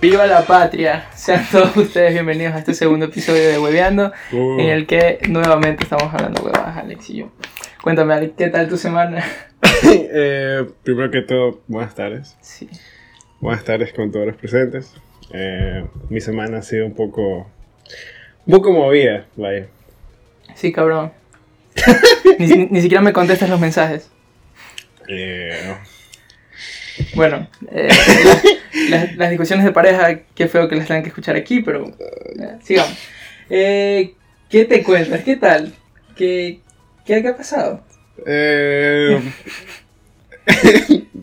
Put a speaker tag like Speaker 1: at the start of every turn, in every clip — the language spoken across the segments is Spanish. Speaker 1: Viva la patria. Sean todos ustedes bienvenidos a este segundo episodio de Hueveando, en el que nuevamente estamos hablando huevadas, Alex y yo. Cuéntame, Alex, ¿qué tal tu semana?
Speaker 2: Eh, primero que todo, buenas tardes.
Speaker 1: Sí.
Speaker 2: Buenas tardes con todos los presentes. Eh, mi semana ha sido un poco. Un poco movida, vaya.
Speaker 1: Sí, cabrón. Ni, ni- ni siquiera me contestas los mensajes.
Speaker 2: Eh,
Speaker 1: Bueno, eh, las, las discusiones de pareja, qué feo que las tengan que escuchar aquí, pero eh, sigamos. Eh, ¿Qué te cuentas? ¿Qué tal? ¿Qué, qué, qué ha pasado?
Speaker 2: eh,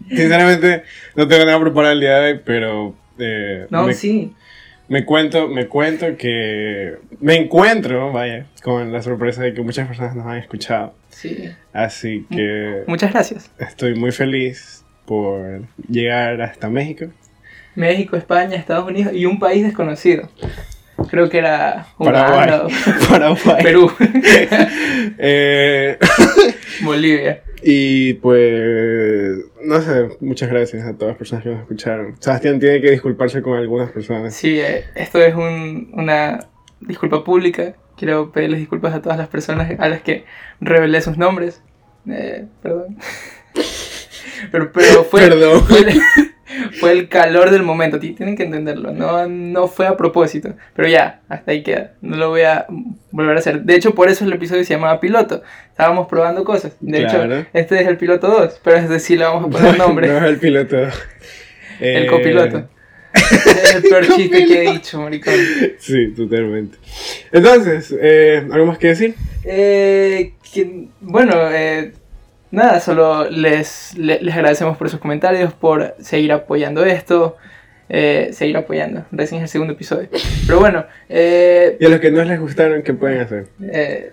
Speaker 2: sinceramente, no tengo nada preparado el día de hoy, pero. eh,
Speaker 1: No,
Speaker 2: me,
Speaker 1: sí.
Speaker 2: me cuento, me cuento que. Me encuentro, vaya, con la sorpresa de que muchas personas nos han escuchado.
Speaker 1: Sí.
Speaker 2: Así que
Speaker 1: Muchas gracias.
Speaker 2: estoy muy feliz por llegar hasta México.
Speaker 1: México, España, Estados Unidos y un país desconocido. Creo que era Uganda,
Speaker 2: Paraguay. Paraguay.
Speaker 1: Perú,
Speaker 2: Eh,
Speaker 1: Bolivia.
Speaker 2: y pues, no sé, muchas gracias a todas las personas que nos escucharon. Sebastián tiene que disculparse con algunas personas.
Speaker 1: Sí, eh, esto es un- una disculpa pública. Quiero pedirles disculpas a todas las personas a las que revelé sus nombres. Eh, perdón. Pero, pero fue,
Speaker 2: Perdón.
Speaker 1: Fue, el, fue el calor del momento. ti- Tienen que entenderlo. No, no fue a propósito. Pero ya, hasta ahí queda. No lo voy a volver a hacer. De hecho, por eso el episodio se llamaba piloto. Estábamos probando cosas. De
Speaker 2: Claro.
Speaker 1: hecho, este es el piloto 2. Pero es decir, le vamos a poner nombre.
Speaker 2: No, el piloto.
Speaker 1: El
Speaker 2: Eh,
Speaker 1: copiloto. Es el peor chiste que he dicho, maricón.
Speaker 2: Sí, totalmente. Entonces, eh, ¿algo más que decir?
Speaker 1: Eh, que- bueno, eh, nada, solo les, le- les agradecemos por sus comentarios, por seguir apoyando esto, eh, seguir apoyando. Recién es el segundo episodio. Pero bueno, eh,
Speaker 2: Y a los que no les gustaron, ¿qué pueden hacer?
Speaker 1: eh,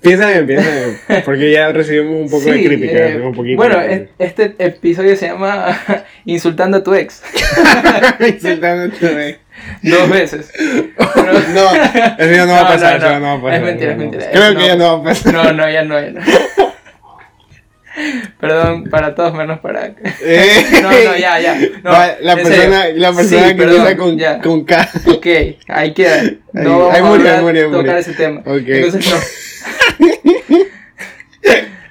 Speaker 2: Piensa bien, piensa bien. Porque ya recibimos un poco de
Speaker 1: sí,
Speaker 2: crítica.
Speaker 1: eh,
Speaker 2: recibimos un poquito
Speaker 1: bueno,
Speaker 2: de
Speaker 1: es- este episodio se llama Insultando a tu ex eh,
Speaker 2: crítica. Insultándote.
Speaker 1: dos veces. Pero-
Speaker 2: No, el mío no va
Speaker 1: No,
Speaker 2: a pasar,
Speaker 1: no, no.
Speaker 2: eso no va a pasar.
Speaker 1: Es mentira,
Speaker 2: no,
Speaker 1: es
Speaker 2: no.
Speaker 1: mentira,
Speaker 2: Creo
Speaker 1: eso
Speaker 2: que ya
Speaker 1: no.
Speaker 2: no va a pasar.
Speaker 1: No, no, ya no, ya no. Perdón para todos menos para...
Speaker 2: Eh.
Speaker 1: No, no, ya, ya. No,
Speaker 2: Va, la,
Speaker 1: en
Speaker 2: persona,
Speaker 1: serio.
Speaker 2: la persona
Speaker 1: Sí,
Speaker 2: que
Speaker 1: perdón,
Speaker 2: empieza con,
Speaker 1: ya.
Speaker 2: con K.
Speaker 1: Ok, ahí queda. No
Speaker 2: Ahí-
Speaker 1: vamos
Speaker 2: ahí
Speaker 1: a
Speaker 2: murió,
Speaker 1: volver a tocar
Speaker 2: ahí murió, ahí murió.
Speaker 1: ese tema.
Speaker 2: Ok.
Speaker 1: Entonces no.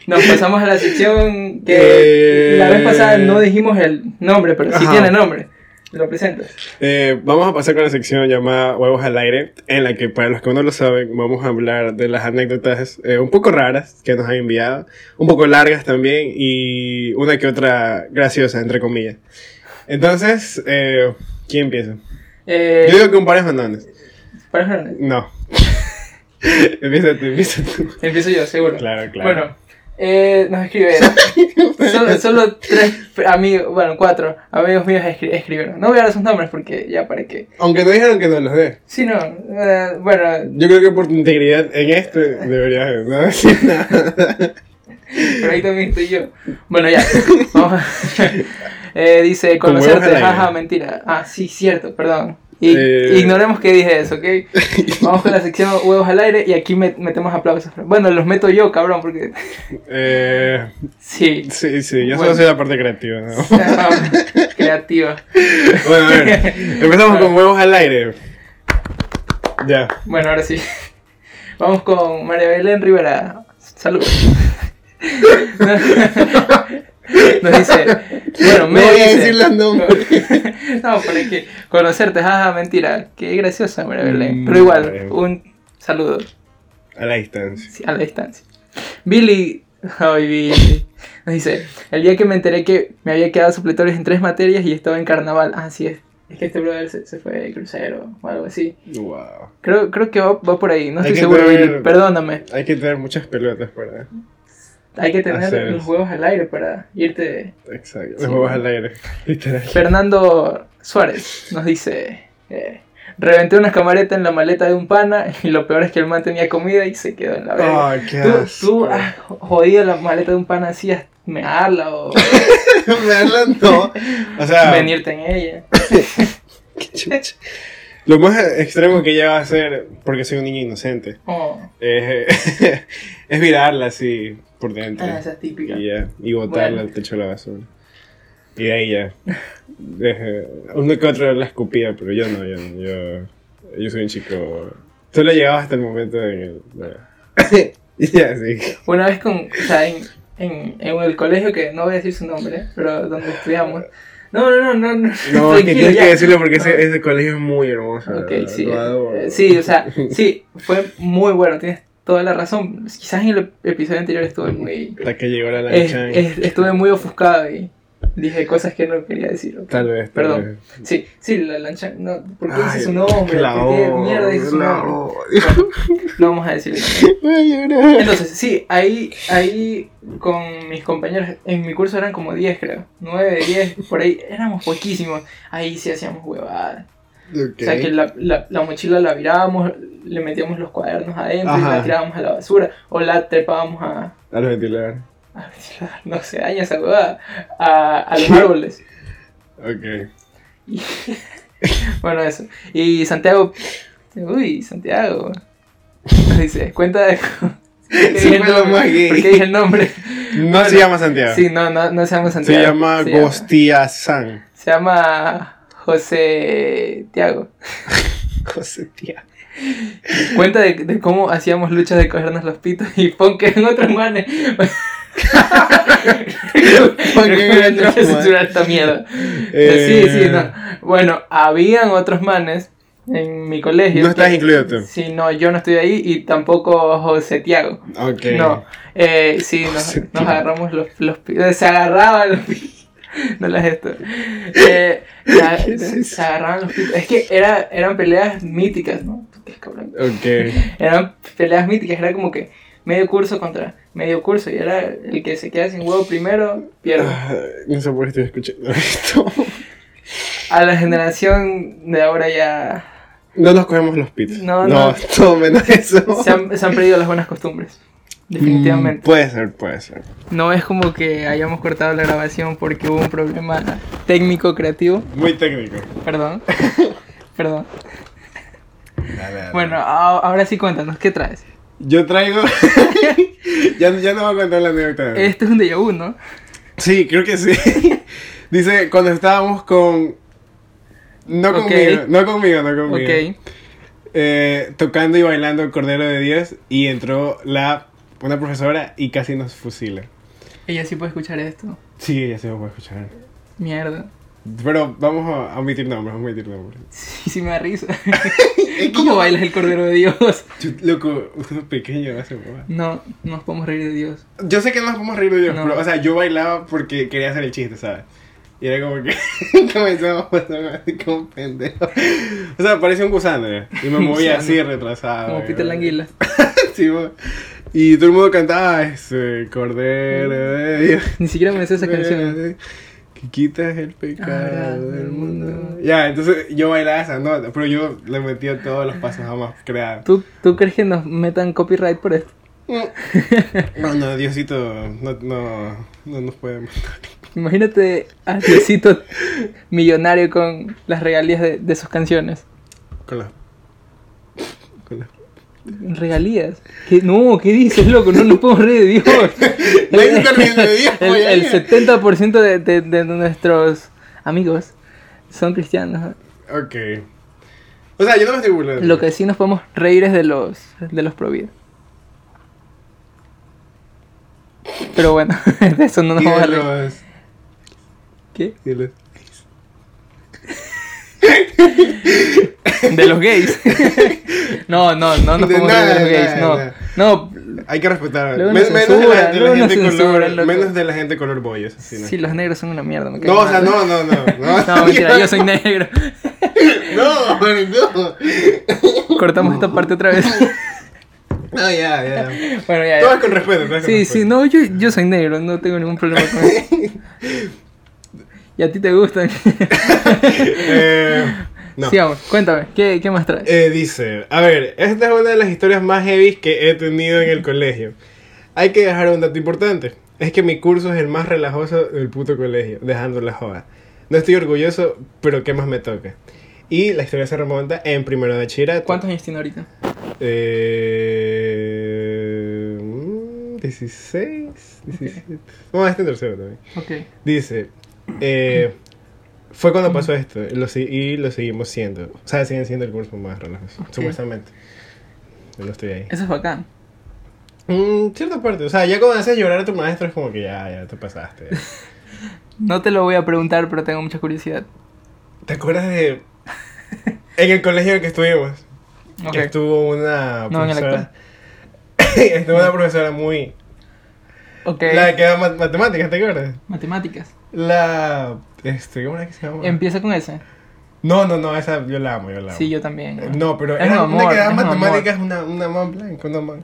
Speaker 1: Nos pasamos a la sección que
Speaker 2: Eh.
Speaker 1: la vez pasada no dijimos el nombre, pero sí
Speaker 2: Ajá.
Speaker 1: tiene nombre. Lo presentas.
Speaker 2: Eh, vamos a pasar con la sección llamada Huevos al Aire, en la que para los que no lo saben, vamos a hablar de las anécdotas eh, un poco raras que nos han enviado, un poco largas también y una que otra graciosa, entre comillas. Entonces, eh, ¿quién empieza?
Speaker 1: Eh,
Speaker 2: Yo digo que un par de Fernández.
Speaker 1: para Fernández.
Speaker 2: No. empieza tú, empieza tú.
Speaker 1: Empiezo yo, seguro.
Speaker 2: Claro, claro.
Speaker 1: Bueno, eh, nos escribieron. solo, solo tres amigos, bueno, cuatro amigos míos escri- escribieron. No voy a dar sus nombres porque ya para qué.
Speaker 2: Aunque no dijeron que nos los dé.
Speaker 1: Sí, no. eh, bueno,
Speaker 2: Yo creo que por tu integridad en esto deberías no decir nada.
Speaker 1: Pero ahí también estoy yo. Bueno, ya. Vamos a- Eh, dice,
Speaker 2: Con huevos al
Speaker 1: conocerte.
Speaker 2: aire.
Speaker 1: Ajá, mentira. Ah, sí, cierto, perdón. I-
Speaker 2: Eh.
Speaker 1: Ignoremos que dije eso, ¿ok? Vamos con la sección huevos al aire y aquí met- metemos aplausos. Bueno, los meto yo, cabrón, porque...
Speaker 2: Eh,
Speaker 1: Sí.
Speaker 2: sí, sí, yo
Speaker 1: Bueno.
Speaker 2: solo soy la parte creativa. ¿no?
Speaker 1: Creativa.
Speaker 2: Bueno, a ver, empezamos con huevos al aire. Ya.
Speaker 1: Bueno, ahora sí. Vamos con María Belén Rivera. Saludos. Nos dice, bueno, me
Speaker 2: No voy a
Speaker 1: dice-
Speaker 2: decir los nombres.
Speaker 1: no, pero es que conocerte, ajá, mentira. Qué graciosa, María Belén.
Speaker 2: Mm,
Speaker 1: Pero igual,
Speaker 2: vale.
Speaker 1: un saludo
Speaker 2: A la distancia.
Speaker 1: sí, a la distancia. Billy, ay, Billy. Nos dice, el día que me enteré que me había quedado supletorios en tres materias y estaba en carnaval. Ah, así es. Es que este brother se, se fue de crucero o algo así.
Speaker 2: Wow.
Speaker 1: Creo, creo que va, va por ahí, no
Speaker 2: Hay
Speaker 1: estoy
Speaker 2: que
Speaker 1: seguro,
Speaker 2: tener-
Speaker 1: Billy. Perdóname.
Speaker 2: Hay que tener muchas pelotas para.
Speaker 1: Hay que tener
Speaker 2: Hacer-
Speaker 1: los huevos al aire para irte.
Speaker 2: Exacto.
Speaker 1: Sí.
Speaker 2: Los huevos al aire. Literal.
Speaker 1: Fernando Suárez nos dice: eh, Reventé una camareta en la maleta de un pana y lo peor es que el man tenía comida y se quedó en la verga.
Speaker 2: Ah, qué
Speaker 1: ¿Tú, tú ah.
Speaker 2: asco.
Speaker 1: has jodido la maleta de un pana así hasta mearla o
Speaker 2: Verla no. O sea.
Speaker 1: venirte en ella?
Speaker 2: Lo más extremo que ella va a hacer, porque soy un niño inocente,
Speaker 1: Oh,
Speaker 2: es, es virarla así por dentro.
Speaker 1: ah, esa es típica.
Speaker 2: y, ya, y botarla
Speaker 1: Bueno.
Speaker 2: al techo de la basura. Y de ahí ya. Deje- uno que otro la escupía, pero yo no, yo, no, yo, yo soy un chico. Solo llegaba hasta el momento en el. de- Y ya, sí.
Speaker 1: Una vez con, o sea, en, en, en el colegio que no voy a decir su nombre, pero donde estudiamos. No, no, no, no, no.
Speaker 2: No, que
Speaker 1: tranquilo,
Speaker 2: tienes
Speaker 1: ya.
Speaker 2: que decirlo porque
Speaker 1: No.
Speaker 2: ese, ese colegio es muy hermoso.
Speaker 1: Ok,
Speaker 2: ¿verdad?
Speaker 1: sí.
Speaker 2: Lo adoro.
Speaker 1: Eh, Sí, o sea, sí, fue muy bueno, tienes toda la razón. Quizás en el episodio anterior estuve muy.
Speaker 2: Hasta que llegó la
Speaker 1: es-
Speaker 2: lanchan.
Speaker 1: es- estuve muy ofuscado y dije cosas que no quería decir. ok.
Speaker 2: Tal vez, tal
Speaker 1: Perdón.
Speaker 2: vez.
Speaker 1: Sí, sí, la lancha. No, ¿Por qué dice
Speaker 2: Ay,
Speaker 1: su nombre?
Speaker 2: la
Speaker 1: ¿Por qué
Speaker 2: odio,
Speaker 1: mierda dice su
Speaker 2: la
Speaker 1: nombre?
Speaker 2: odio.
Speaker 1: Lo vamos a decir.
Speaker 2: Voy a llorar.
Speaker 1: Entonces, sí, ahí, ahí con mis compañeros, en mi curso eran como 10, creo. 9, 10, por ahí, éramos poquísimos. Ahí sí hacíamos huevadas.
Speaker 2: Ok.
Speaker 1: O sea, que la, la- la mochila la virábamos, le metíamos los cuadernos adentro y
Speaker 2: Ajá.
Speaker 1: la tirábamos a la basura. O la trepábamos a.
Speaker 2: Al ventilador.
Speaker 1: a no se daña esa huevada. A, a los árboles.
Speaker 2: Ok.
Speaker 1: Y- bueno, eso. Y Santiago. Uy, Santiago. Dice, cuenta de. ¿Por qué
Speaker 2: Sí,
Speaker 1: dije el
Speaker 2: fue lo
Speaker 1: nombre?
Speaker 2: más gay.
Speaker 1: ¿Por qué dije el nombre?
Speaker 2: No
Speaker 1: Bueno,
Speaker 2: se llama Santiago.
Speaker 1: Sí, no, no, no se llama
Speaker 2: se
Speaker 1: Santiago.
Speaker 2: llama
Speaker 1: se llama-
Speaker 2: Gostia San.
Speaker 1: se llama José Tiago.
Speaker 2: Gostia.
Speaker 1: Cuenta de, de cómo hacíamos luchas de cogernos los pitos y pon que en otros manes.
Speaker 2: Pon que
Speaker 1: Creo
Speaker 2: en
Speaker 1: que
Speaker 2: otros
Speaker 1: voy a censurar esta mierda.
Speaker 2: Eh,
Speaker 1: Sí, sí, no. Bueno, habían otros manes en mi colegio.
Speaker 2: No estás
Speaker 1: que-
Speaker 2: incluido tú.
Speaker 1: Sí, no, yo no estoy ahí y tampoco José Tiago.
Speaker 2: Ok.
Speaker 1: No, eh, sí, nos,
Speaker 2: José
Speaker 1: nos
Speaker 2: Tiago.
Speaker 1: agarramos los, los pi- eh, Se agarraban los pitos. No las esto. Eh, la-
Speaker 2: ¿Qué era
Speaker 1: se,
Speaker 2: eso?
Speaker 1: se agarraban los pitos. Es que era, eran peleas míticas, ¿no? Qué cabrón.
Speaker 2: Ok.
Speaker 1: Eran peleas míticas, era como que medio curso contra medio curso y era el que se queda sin huevo primero, pierde.
Speaker 2: Ah, No sé por qué estoy escuchando esto.
Speaker 1: A la generación de ahora ya
Speaker 2: No nos cogemos los pits.
Speaker 1: No, no.
Speaker 2: todo menos eso.
Speaker 1: se han, se han perdido las buenas costumbres.
Speaker 2: Mm,
Speaker 1: Definitivamente.
Speaker 2: puede ser, puede ser.
Speaker 1: No es como que hayamos cortado la grabación porque hubo un problema técnico creativo.
Speaker 2: Muy técnico.
Speaker 1: Perdón. Perdón.
Speaker 2: Dale, dale.
Speaker 1: Bueno, a- ahora sí cuéntanos, ¿qué traes?
Speaker 2: Yo traigo. ya, ya no voy a contar la anécdota.
Speaker 1: Este es un déjà vu, ¿no?
Speaker 2: Sí, creo que sí. Dice, cuando estábamos con. No
Speaker 1: Ok.
Speaker 2: conmigo, no conmigo, no conmigo.
Speaker 1: Ok.
Speaker 2: Eh, tocando y bailando el Cordero de Dios y entró la una profesora y casi nos fusila.
Speaker 1: Ella sí puede escuchar esto.
Speaker 2: Sí, ya se lo puede escuchar.
Speaker 1: Mierda.
Speaker 2: Pero vamos a omitir nombres, vamos a omitir nombres.
Speaker 1: Sí, sí me da risa. ¿Cómo bailas el Cordero de Dios?
Speaker 2: Yo- loco, usted es pequeño, hace boba.
Speaker 1: No, no nos podemos reír de Dios.
Speaker 2: Yo sé que no nos podemos reír de Dios,
Speaker 1: No.
Speaker 2: pero, o sea, yo bailaba porque quería hacer el chiste, ¿sabes? Y era como que comenzamos a pasar así como pendejo. O sea, parecía un gusano, ¿eh? Y me movía así retrasado.
Speaker 1: Como
Speaker 2: ¿eh?
Speaker 1: Peter Languila.
Speaker 2: Sí, bo- y todo el mundo cantaba, ese cordero de Dios.
Speaker 1: Ni siquiera me sé Mm. esa canción. Ah, mm.
Speaker 2: Que quitas el
Speaker 1: Ahora
Speaker 2: pecado
Speaker 1: del
Speaker 2: del
Speaker 1: mundo.
Speaker 2: mundo. Ya, entonces yo bailaba esa nota, pero yo le metía todos los pasos jamás creados.
Speaker 1: ¿Tú, ¿Tú crees que nos metan copyright por esto?
Speaker 2: No, no, Diosito, no, no, no nos puede matar.
Speaker 1: Imagínate a Diosito millonario con las regalías de, de sus canciones.
Speaker 2: Con las. Con las.
Speaker 1: ¿Regalías? ¿Qué? No, ¿qué dices, loco? No nos podemos reír de Dios.
Speaker 2: Nadie se está riendo de Dios,
Speaker 1: El,
Speaker 2: güey,
Speaker 1: el
Speaker 2: ya.
Speaker 1: 70% de, de- de nuestros amigos son cristianos.
Speaker 2: Ok. O sea, yo no me estoy burlando.
Speaker 1: Lo que sí nos podemos reír es de los, de los pro vida. Pero bueno, de eso no nos
Speaker 2: Y
Speaker 1: vamos a
Speaker 2: de
Speaker 1: reír.
Speaker 2: los.
Speaker 1: ¿Qué?
Speaker 2: y de los-
Speaker 1: De los gays. no, no, no nos
Speaker 2: De
Speaker 1: podemos reír de
Speaker 2: nada,
Speaker 1: los
Speaker 2: de
Speaker 1: gays.
Speaker 2: nada,
Speaker 1: No, no
Speaker 2: Hay que respetar.
Speaker 1: Luego
Speaker 2: Men-
Speaker 1: nos
Speaker 2: menos, de la,
Speaker 1: censuran,
Speaker 2: de la
Speaker 1: luego nos
Speaker 2: gente
Speaker 1: censuran,
Speaker 2: color,
Speaker 1: loco.
Speaker 2: menos de la gente color boyas. así, ¿no?
Speaker 1: Sí, los negros son una mierda, me caen
Speaker 2: No, o sea,
Speaker 1: mal.
Speaker 2: no, no, no. No,
Speaker 1: No, mentira, yo soy negro.
Speaker 2: No, no.
Speaker 1: Cortamos esta parte otra vez.
Speaker 2: No, ya, ya.
Speaker 1: Bueno, ya,
Speaker 2: Todo es
Speaker 1: ya.
Speaker 2: con respeto, todo es con
Speaker 1: Eh, Sí,
Speaker 2: respeto.
Speaker 1: sí, no, yo, yo soy negro, no tengo ningún problema con eso. Y a ti te gustan.
Speaker 2: Eh, no.
Speaker 1: Sigamos, cuéntame, ¿qué, qué más traes?
Speaker 2: Eh, dice, a ver, esta es una de las historias más heavy que he tenido en el colegio. Hay que dejar un dato importante. Es que mi curso es el más relajoso del puto colegio, dejando la joda. No estoy orgulloso, pero ¿qué más me toca? Y la historia se remonta en primero de bachillerato.
Speaker 1: ¿Cuántos años tiene ahorita?
Speaker 2: Eh, mm, 16, 17. Vamos a este tercero también.
Speaker 1: Ok.
Speaker 2: Dice, eh, fue cuando pasó esto lo si- y lo seguimos siendo. O sea, siguen siendo el curso más relajados, supuestamente. Yo no estoy ahí.
Speaker 1: Eso es bacán.
Speaker 2: Mm, cierta parte, o sea, ya cuando haces llorar a tu maestro es como que ya, ya te pasaste. ya.
Speaker 1: No te lo voy a preguntar, pero tengo mucha curiosidad.
Speaker 2: ¿Te acuerdas de... En el colegio en el que estuvimos,
Speaker 1: Ok.
Speaker 2: que estuvo una
Speaker 1: No, en el
Speaker 2: profesora... estuvo una profesora muy...
Speaker 1: Ok.
Speaker 2: La que da ma- matemáticas, ¿te acuerdas?
Speaker 1: Matemáticas.
Speaker 2: La... Este, ¿Cómo era que se llama?
Speaker 1: Empieza con ese.
Speaker 2: No, no, no, esa yo la amo, yo la amo.
Speaker 1: Sí, yo también.
Speaker 2: Eh, No, pero
Speaker 1: Es
Speaker 2: era
Speaker 1: un
Speaker 2: una
Speaker 1: amor,
Speaker 2: que daba
Speaker 1: es un amor.
Speaker 2: matemáticas, una, una man blanca, una man...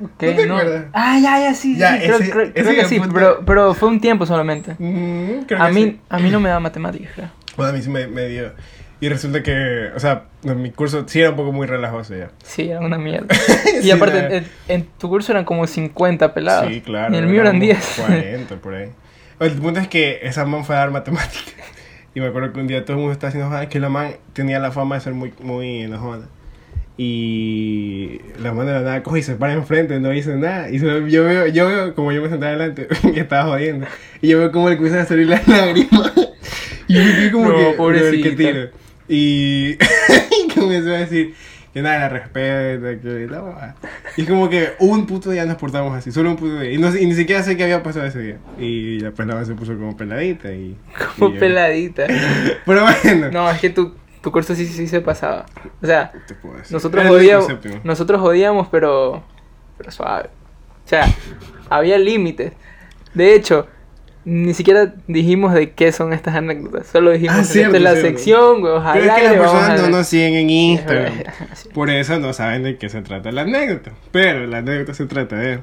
Speaker 1: Ok,
Speaker 2: ¿No te acuerdas?
Speaker 1: Ah, ya, ya, sí. sí,
Speaker 2: Ya,
Speaker 1: sí, creo,
Speaker 2: ese-
Speaker 1: creo-
Speaker 2: ese
Speaker 1: creo que
Speaker 2: hijo
Speaker 1: sí,
Speaker 2: de puta.
Speaker 1: pero, pero fue un tiempo solamente.
Speaker 2: Mm, creo
Speaker 1: A
Speaker 2: que
Speaker 1: mí,
Speaker 2: sí.
Speaker 1: a mí no me da matemáticas, creo.
Speaker 2: Bueno, a mí sí me, me dio... Y resulta que, o sea, mi curso sí era un poco muy relajoso ya.
Speaker 1: Sí, era una mierda.
Speaker 2: Sí,
Speaker 1: Y aparte,
Speaker 2: la-
Speaker 1: en, en tu curso eran como 50 pelados.
Speaker 2: Sí, claro.
Speaker 1: Y el mío eran
Speaker 2: éramos
Speaker 1: 10.
Speaker 2: 40, por ahí. El punto es que esa man fue a dar matemáticas. Y me acuerdo que un día todo el mundo estaba haciendo jodas, que la man tenía la fama de ser muy, muy enojona. Y la man de la nada coge y se para enfrente, no dice nada. Y solo- yo veo, yo veo como yo me sentaba adelante, que estaba jodiendo. Y yo veo como le comienzan a salir las lágrimas. Y yo me quedé como
Speaker 1: No,
Speaker 2: que,
Speaker 1: pobrecita.
Speaker 2: "Brother, ¿qué tiro?". Y comenzó a decir que nada, la respeta, que la mamá. Y es como que un puto día nos portamos así, solo un puto día. Y, no, sé- y ni siquiera sé qué había pasado ese día. Y la pelada se puso como peladita y...
Speaker 1: Como
Speaker 2: y yo-
Speaker 1: peladita.
Speaker 2: Pero bueno.
Speaker 1: No, es que tu, tu curso sí, sí se pasaba. O sea,
Speaker 2: ¿Qué te puedo decir?
Speaker 1: nosotros
Speaker 2: Era el único
Speaker 1: odiamos,
Speaker 2: séptimo.
Speaker 1: nosotros odiamos, pero, pero suave. O sea, había límites. De hecho, ni siquiera dijimos de qué son estas anécdotas. Solo dijimos
Speaker 2: Ah,
Speaker 1: esta
Speaker 2: cierto,
Speaker 1: es la
Speaker 2: cierto.
Speaker 1: sección, huevos al
Speaker 2: Pero es que las
Speaker 1: aire, vamos
Speaker 2: personas
Speaker 1: a-
Speaker 2: no nos siguen en
Speaker 1: Sí, es
Speaker 2: Instagram.
Speaker 1: verdad. Sí.
Speaker 2: Por eso no saben de qué se trata la anécdota. Pero la anécdota se trata de.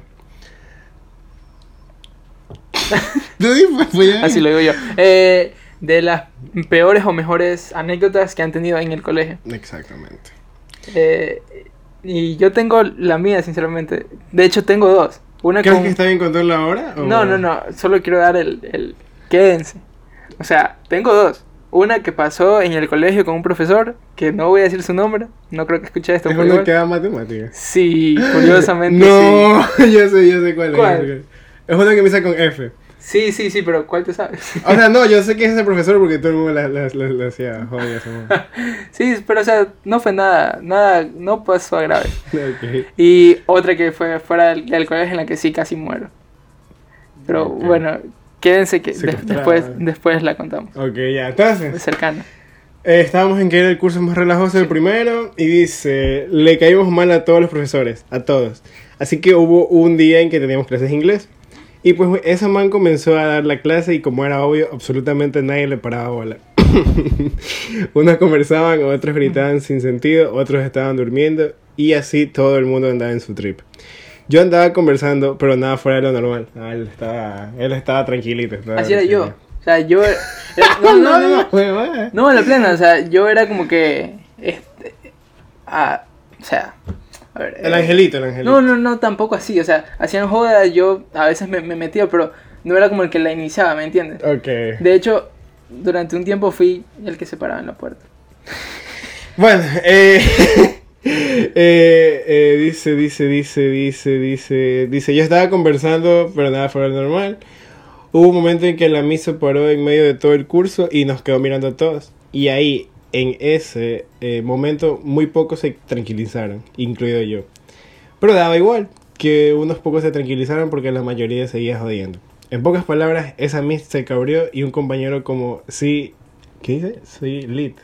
Speaker 2: Yo dije, pues, voy a-
Speaker 1: Así lo digo yo. Eh, de las peores o mejores anécdotas que han tenido en el colegio.
Speaker 2: Exactamente.
Speaker 1: Eh, y yo tengo la mía, sinceramente. De hecho, tengo dos. Una
Speaker 2: ¿Crees
Speaker 1: con-
Speaker 2: que está bien contarla ahora? o-
Speaker 1: No, no, no. Solo quiero dar el, el... Quédense. O sea, tengo dos. Una que pasó en el colegio con un profesor, que no voy a decir su nombre. No creo que escuche esto.
Speaker 2: Es
Speaker 1: pero
Speaker 2: uno
Speaker 1: igual.
Speaker 2: que da matemáticas.
Speaker 1: Sí, curiosamente.
Speaker 2: No, yo sé, yo sé cuál, es,
Speaker 1: ¿Cuál?
Speaker 2: yo sé Es uno que empieza con F.
Speaker 1: Sí. sí, sí, sí, pero ¿cuál te sabes?
Speaker 2: O sea, no, yo sé que es ese profesor porque todo el mundo la, la- la- la hacía joder. esa mamá.
Speaker 1: sí, pero o sea, no fue nada, nada, no pasó a grave.
Speaker 2: Ok.
Speaker 1: Y otra que fue fuera del, del colegio en la que sí casi muero. Pero
Speaker 2: Ok.
Speaker 1: bueno, quédense que de-
Speaker 2: Secuestrada.
Speaker 1: después, después la contamos.
Speaker 2: Ok, ya. Entonces.
Speaker 1: Cercana.
Speaker 2: Eh, estábamos en que era el curso más relajoso del primero y dice, le caímos mal a todos los profesores, a todos. Así que hubo un día en que teníamos clases de inglés y pues esa man comenzó a dar la clase y como era obvio, absolutamente nadie le paraba bola. Unos conversaban, otros gritaban sin sentido, otros estaban durmiendo y así todo el mundo andaba en su trip. Yo andaba conversando, pero nada fuera de lo normal. Ah, él estaba, él estaba tranquilito. estaba
Speaker 1: Así era yo.
Speaker 2: tranquilo.
Speaker 1: O sea, yo. era- No, no, no. no.
Speaker 2: huevada.
Speaker 1: No, en la plena, o sea, yo era como que. Este, ah, o sea. A ver.
Speaker 2: El
Speaker 1: eh,
Speaker 2: angelito, el angelito.
Speaker 1: No, no, no, tampoco así. O sea, hacían jodas, yo a veces me, me metía, pero no era como el que la iniciaba, ¿me entiendes?
Speaker 2: Ok.
Speaker 1: De hecho, durante un tiempo fui el que se paraba en la puerta.
Speaker 2: Bueno, eh, eh, eh, dice, dice, dice, dice, dice, dice, yo estaba conversando, pero nada fuera del normal. Hubo un momento en que la misa paró en medio de todo el curso y nos quedó mirando a todos. Y ahí, en ese eh, momento, muy pocos se tranquilizaron, incluido yo. Pero daba igual que unos pocos se tranquilizaron porque la mayoría seguía jodiendo. En pocas palabras, esa miss se cabrió y un compañero como, sí, ¿qué dice? Sí, lit.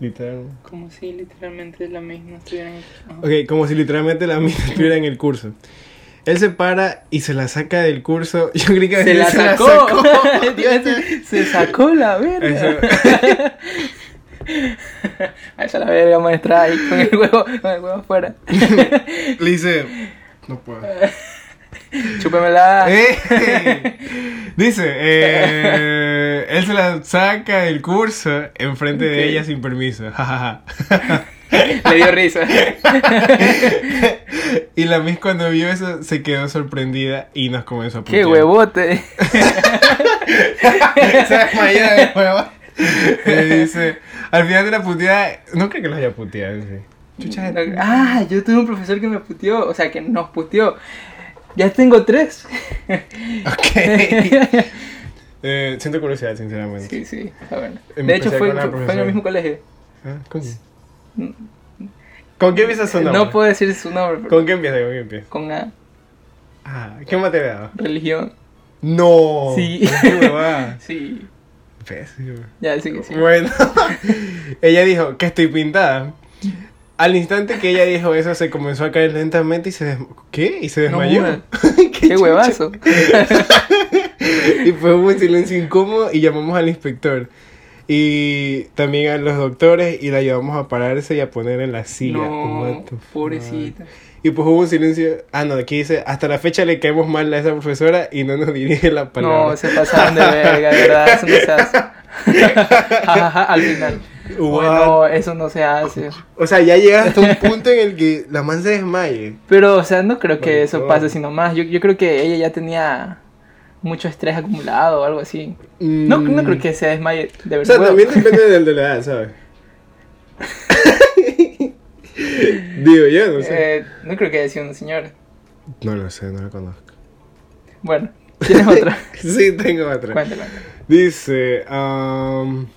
Speaker 2: Literal.
Speaker 1: Como si literalmente la misma estuvieran aquí.
Speaker 2: Ok, como si literalmente la mina estuviera en el curso. Él se para y se la saca del curso. Yo creí que
Speaker 1: Se la
Speaker 2: se
Speaker 1: sacó.
Speaker 2: sacó.
Speaker 1: Te iba a decir, se sacó la verga. A esa la verga maestra ahí con el huevo, con el huevo afuera.
Speaker 2: Le dice, no puedo.
Speaker 1: Chúpemela.
Speaker 2: Eh, Dice, eh, él se la saca del curso enfrente
Speaker 1: Ok.
Speaker 2: de ella sin permiso. jajaja.
Speaker 1: Le dio risa.
Speaker 2: y la Miss cuando vio eso se quedó sorprendida y nos comenzó a
Speaker 1: Qué
Speaker 2: putear.
Speaker 1: huevote.
Speaker 2: Se desmayó de huevo. Le dice, al final de la puteada, no creo que los haya puteado, sí. Chucha, eh.
Speaker 1: Ah, yo tuve un profesor que me puteó, o sea, que nos puteó. Ya tengo tres.
Speaker 2: ok. Eh, siento curiosidad, sinceramente.
Speaker 1: Sí, sí, está bueno. De
Speaker 2: Empecé
Speaker 1: hecho, fue,
Speaker 2: con la
Speaker 1: fue- fue en el
Speaker 2: profesora.
Speaker 1: mismo colegio.
Speaker 2: Ah, coño. ¿Con qué empieza su nombre?
Speaker 1: No puedo decir su nombre, pero
Speaker 2: ¿Con qué empieza? ¿Con qué empieza?
Speaker 1: con A,
Speaker 2: Ah, ¿qué materia daba?
Speaker 1: religión.
Speaker 2: No.
Speaker 1: Sí.
Speaker 2: Qué huevada.
Speaker 1: Sí,
Speaker 2: Pésimo.
Speaker 1: ya, sí, sí.
Speaker 2: Bueno, ella dijo que estoy pintada. Al instante que ella dijo eso, se comenzó a caer lentamente y se desmayó. ¿Qué? Y se
Speaker 1: No
Speaker 2: desmayó.
Speaker 1: jodas.
Speaker 2: ¿Qué,
Speaker 1: Qué huevazo.
Speaker 2: chucha? Y fue un silencio incómodo y llamamos al inspector. Y también a los doctores y la llevamos a pararse y a poner en la silla.
Speaker 1: No,
Speaker 2: What the fuck.
Speaker 1: pobrecita.
Speaker 2: Y pues hubo un silencio. Ah, no, aquí dice, hasta la fecha le caemos mal a esa profesora y no nos dirige la palabra.
Speaker 1: No, se pasaron de verga, de verdad, eso no se hace. Ajá, al final. Bueno, eso no se hace.
Speaker 2: O sea, ya llegas hasta un punto en el que la man se desmaye.
Speaker 1: Pero, o sea, no creo que eso
Speaker 2: Maricón.
Speaker 1: pase, sino más. Yo, yo creo que ella ya tenía mucho estrés acumulado o algo así. No, no creo que se desmaye de
Speaker 2: Mm. O sea,
Speaker 1: verdad. Eh,
Speaker 2: también depende del de la edad, ¿sabes? Digo yo, no sé.
Speaker 1: Eh, no creo que haya sido una señora.
Speaker 2: No lo sé, no lo conozco.
Speaker 1: Bueno, tienes otra.
Speaker 2: sí, tengo otra.
Speaker 1: Cuéntala.
Speaker 2: Dice, am,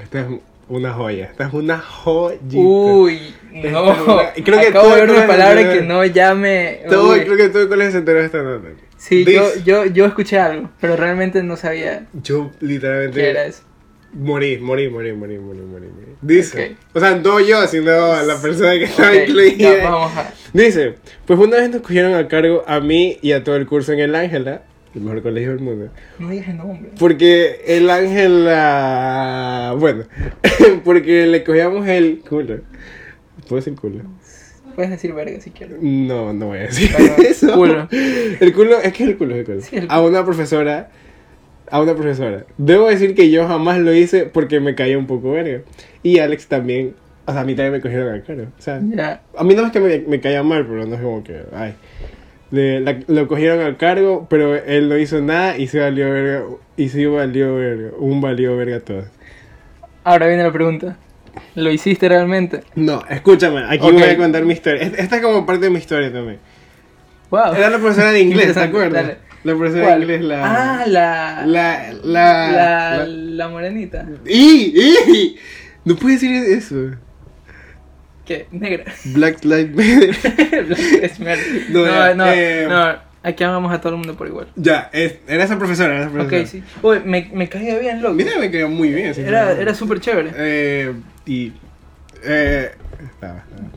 Speaker 2: esta es una joya. Esta es una joyita.
Speaker 1: Uy, no.
Speaker 2: Esta- creo que
Speaker 1: Acabo
Speaker 2: todo
Speaker 1: de ver
Speaker 2: el
Speaker 1: una
Speaker 2: colegio-
Speaker 1: palabra que no llame.
Speaker 2: Todo-
Speaker 1: Uy.
Speaker 2: creo que todo el colegio se enteró de esta nota.
Speaker 1: Sí,
Speaker 2: Dice-
Speaker 1: yo, yo, yo escuché algo, pero realmente no sabía
Speaker 2: Yo literalmente...
Speaker 1: qué era eso.
Speaker 2: Morí, morí, morí, morí, morí, morí. morí. Dice.
Speaker 1: Ok.
Speaker 2: O sea, no yo, sino la persona que estaba
Speaker 1: Ok,
Speaker 2: incluida.
Speaker 1: ya, vamos a.
Speaker 2: Dice, pues una vez nos cogieron a cargo a mí y a todo el curso en el Ángela, el mejor colegio del mundo.
Speaker 1: No dije nombre.
Speaker 2: Porque el Ángela... Bueno, porque le cogíamos el culo. ¿Puedo decir culo?
Speaker 1: Puedes decir verga si quieres.
Speaker 2: No, no voy a decir
Speaker 1: Bueno,
Speaker 2: eso.
Speaker 1: culo.
Speaker 2: El culo, es que el culo es el culo.
Speaker 1: Sí, el
Speaker 2: A una profesora, a una profesora. Debo decir que yo jamás lo hice porque me caía un poco verga. Y Alex también, o sea, a mí también me cogieron al caro. O sea,
Speaker 1: Ya.
Speaker 2: a mí no es que me, me caía mal, pero no es como que, ay. Le- la- lo cogieron al cargo, pero él no hizo nada y se valió verga. Y sí valió verga. Un valió verga todo.
Speaker 1: Ahora viene la pregunta. ¿Lo hiciste realmente?
Speaker 2: No, escúchame, aquí
Speaker 1: Ok.
Speaker 2: voy a contar mi historia. Es- Esta es como parte de mi historia también.
Speaker 1: Wow.
Speaker 2: Era la profesora de inglés, ¿te
Speaker 1: Interesante,
Speaker 2: acuerdas?
Speaker 1: dale.
Speaker 2: La profesora
Speaker 1: ¿Cuál?
Speaker 2: de inglés, la.
Speaker 1: Ah, la.
Speaker 2: La.
Speaker 1: La,
Speaker 2: La. la-
Speaker 1: la morenita.
Speaker 2: ¡Y! ¡Y! No puedes decir eso.
Speaker 1: ¿Qué? Negra.
Speaker 2: Black Lives Matter.
Speaker 1: Es mierda.
Speaker 2: No,
Speaker 1: no,
Speaker 2: ya,
Speaker 1: no,
Speaker 2: eh,
Speaker 1: no. Aquí amamos a todo el mundo por igual.
Speaker 2: ya, es- era esa profesora, era esa
Speaker 1: Ok,
Speaker 2: profesora.
Speaker 1: sí. Uy, me, me caía bien, loco.
Speaker 2: Mira, me quedó muy bien.
Speaker 1: Era,
Speaker 2: sinceramente.
Speaker 1: era súper chévere.
Speaker 2: Eh, y. Eh, estaba, estaba.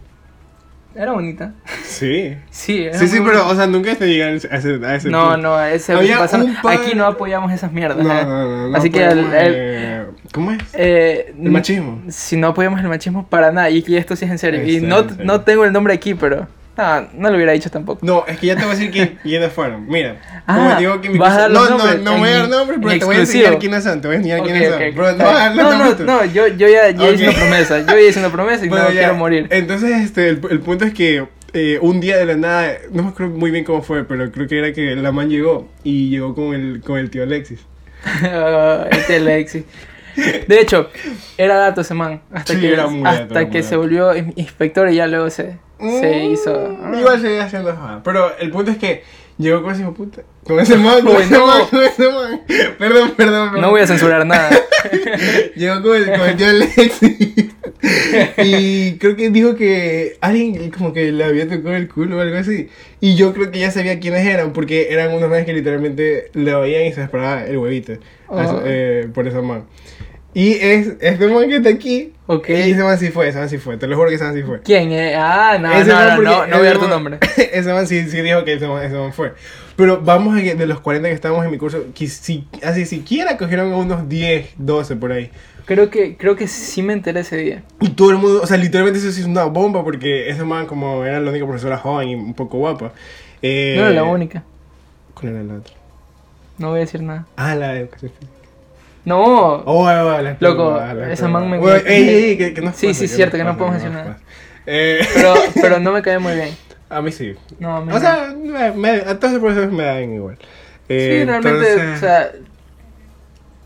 Speaker 1: Era bonita.
Speaker 2: Sí.
Speaker 1: Sí, era
Speaker 2: Sí, sí,
Speaker 1: muy
Speaker 2: pero,
Speaker 1: bonita.
Speaker 2: o sea, nunca hasta llegar a ese, a ese- a ese
Speaker 1: No,
Speaker 2: punto.
Speaker 1: no, ese
Speaker 2: Había
Speaker 1: pasaron-
Speaker 2: un par-
Speaker 1: Aquí no apoyamos esas mierdas.
Speaker 2: No,
Speaker 1: ¿eh?
Speaker 2: no, no, no
Speaker 1: Así que el,
Speaker 2: podemos,
Speaker 1: el-
Speaker 2: eh, ¿Cómo es?
Speaker 1: eh,
Speaker 2: El machismo.
Speaker 1: Si no apoyamos el machismo para nada, y, y esto sí es en serio. Y
Speaker 2: Esto es
Speaker 1: no,
Speaker 2: en serio.
Speaker 1: no tengo el nombre aquí, pero no, no lo hubiera dicho tampoco.
Speaker 2: No, es que ya te voy a decir quién- quiénes fueron. Mira,
Speaker 1: Ah,
Speaker 2: como digo que mi
Speaker 1: vas a dar
Speaker 2: no,
Speaker 1: los
Speaker 2: no,
Speaker 1: nombres
Speaker 2: no voy a dar
Speaker 1: en-
Speaker 2: nombres, pero
Speaker 1: en
Speaker 2: te voy a
Speaker 1: exclusivo.
Speaker 2: enseñar quiénes son. Te voy a enseñar
Speaker 1: Ok,
Speaker 2: quiénes
Speaker 1: ok,
Speaker 2: son.
Speaker 1: ok,
Speaker 2: Bro, no, vas a
Speaker 1: está
Speaker 2: dar
Speaker 1: bien.
Speaker 2: los
Speaker 1: no, no,
Speaker 2: nombres tú.
Speaker 1: no, yo, yo ya, ya hice
Speaker 2: Ok.
Speaker 1: una promesa. Yo ya hice una promesa y
Speaker 2: Bueno,
Speaker 1: no
Speaker 2: ya.
Speaker 1: quiero morir.
Speaker 2: Entonces, este, el, el punto es que eh, un día de la nada, no me acuerdo muy bien cómo fue, pero creo que era que la man llegó y llegó con el, con el tío Alexis. Eh.
Speaker 1: Ah, este es Lexi. De hecho, era dato ese man. Hasta
Speaker 2: Sí,
Speaker 1: que,
Speaker 2: era muy dato,
Speaker 1: hasta
Speaker 2: era muy
Speaker 1: que se
Speaker 2: dato.
Speaker 1: volvió in- inspector y ya luego se, se
Speaker 2: Mm,
Speaker 1: hizo. ah.
Speaker 2: Igual seguía haciendo ajá. Pero el punto es que llegó con ese hijo puta. Con ese man, con
Speaker 1: Uy,
Speaker 2: ese
Speaker 1: no.
Speaker 2: man, con ese man. Perdón, perdón, perdón.
Speaker 1: No voy a censurar nada.
Speaker 2: Llegó con el, con el tío Alexis. y creo que dijo que alguien como que le había tocado el culo o algo así. Y yo creo que ya sabía quiénes eran, porque eran unos manes que literalmente le oían y se disparaba el huevito a eso-
Speaker 1: Ah.
Speaker 2: eh, por esa man. Y es este man que está aquí.
Speaker 1: Ok.
Speaker 2: Y ese man sí fue, ese man sí fue. Te lo juro que ese man sí fue.
Speaker 1: ¿Quién es? Ah, no,
Speaker 2: Ese
Speaker 1: no,
Speaker 2: man
Speaker 1: no,
Speaker 2: porque-
Speaker 1: no, no voy a dar
Speaker 2: ese
Speaker 1: tu
Speaker 2: man-
Speaker 1: nombre.
Speaker 2: ese man sí, sí dijo que ese man, ese man fue. Pero vamos a que de los 40 que estábamos en mi curso, que si, así siquiera cogieron unos 10, 12 por ahí.
Speaker 1: Creo que, creo que sí me enteré ese día.
Speaker 2: Y todo el mundo, o sea, literalmente eso sí es una bomba porque ese man como era la única profesora joven y un poco guapa. eh,
Speaker 1: No era la única.
Speaker 2: ¿Cuál era la otra?
Speaker 1: No voy a decir nada.
Speaker 2: Ah, la de educación física.
Speaker 1: No.
Speaker 2: Oh, oh, oh, la
Speaker 1: Loco,
Speaker 2: ah, la
Speaker 1: esa man me-
Speaker 2: Bueno, ey, ey, que, que nos
Speaker 1: Sí,
Speaker 2: pasa,
Speaker 1: sí, cierto, que no
Speaker 2: pasa,
Speaker 1: podemos
Speaker 2: nos
Speaker 1: decir nada.
Speaker 2: pasa. Eh,
Speaker 1: Pero, pero no me cae muy bien.
Speaker 2: a mí sí.
Speaker 1: No, a mí
Speaker 2: O
Speaker 1: no.
Speaker 2: sea, me, me, a todos los profesores me dan igual. Eh,
Speaker 1: sí, realmente,
Speaker 2: entonces-
Speaker 1: o sea,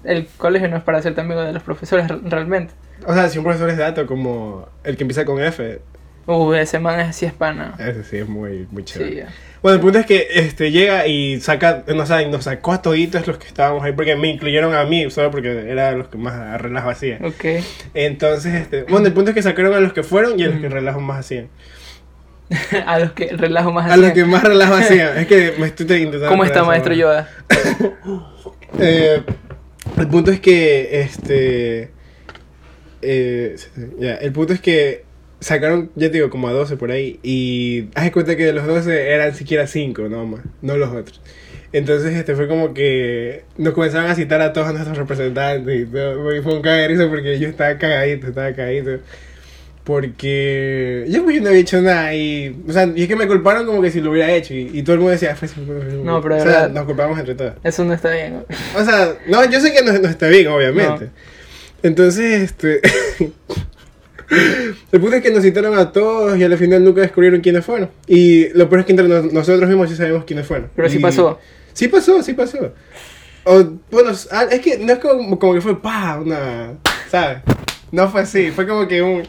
Speaker 1: el colegio no es para ser tan amigo de los profesores re- realmente.
Speaker 2: O sea, si un profesor es dato como el que empieza con F,
Speaker 1: Uh, ese man es así es pana.
Speaker 2: Eso sí es muy, muy Eh, chévere.
Speaker 1: Sí, ya.
Speaker 2: Bueno, el punto es que este, llega y saca, no, sabe, nos sacó a toditos los que estábamos ahí, porque me incluyeron a mí, solo porque era los que más relajo hacían.
Speaker 1: Ok.
Speaker 2: Entonces, este, bueno, el punto es que sacaron a los que fueron y a los que relajo más hacían.
Speaker 1: A los que el relajo más
Speaker 2: A los
Speaker 1: hacían.
Speaker 2: que más relajo hacían. Es que me estoy intentando.
Speaker 1: ¿Cómo está,
Speaker 2: acordar
Speaker 1: maestro
Speaker 2: esa
Speaker 1: Yoda?
Speaker 2: Eh, el punto es que este eh, ya, el punto es que sacaron ya te digo como a 12 por ahí y haz de cuenta que de los 12 eran siquiera 5 nomás, no los otros. Entonces este fue como que nos comenzaron a citar a todos nuestros representantes y todo, y fue un cagadero porque yo estaba cagadito, estaba cagadito. Porque yo, pues, yo no había hecho nada y, o sea, y es que me culparon como que si lo hubiera hecho y, y todo el mundo decía, "Ah, fue sin culpa, fue sin
Speaker 1: No,
Speaker 2: culpa".
Speaker 1: pero de
Speaker 2: o sea,
Speaker 1: verdad-
Speaker 2: nos culpamos entre todos.
Speaker 1: Eso no está bien.
Speaker 2: O sea, no, yo sé que no, no está bien, obviamente. Entonces, este. el punto es que nos citaron a todos y al final nunca descubrieron quiénes fueron. Y lo peor es que entre nos- nosotros mismos sí sabemos quiénes fueron.
Speaker 1: Pero sí
Speaker 2: Y-
Speaker 1: pasó.
Speaker 2: Sí pasó, sí pasó. O, bueno, s- ah, es que no es como, como que fue pa, una. ¿Sabes? No fue así, fue como que un.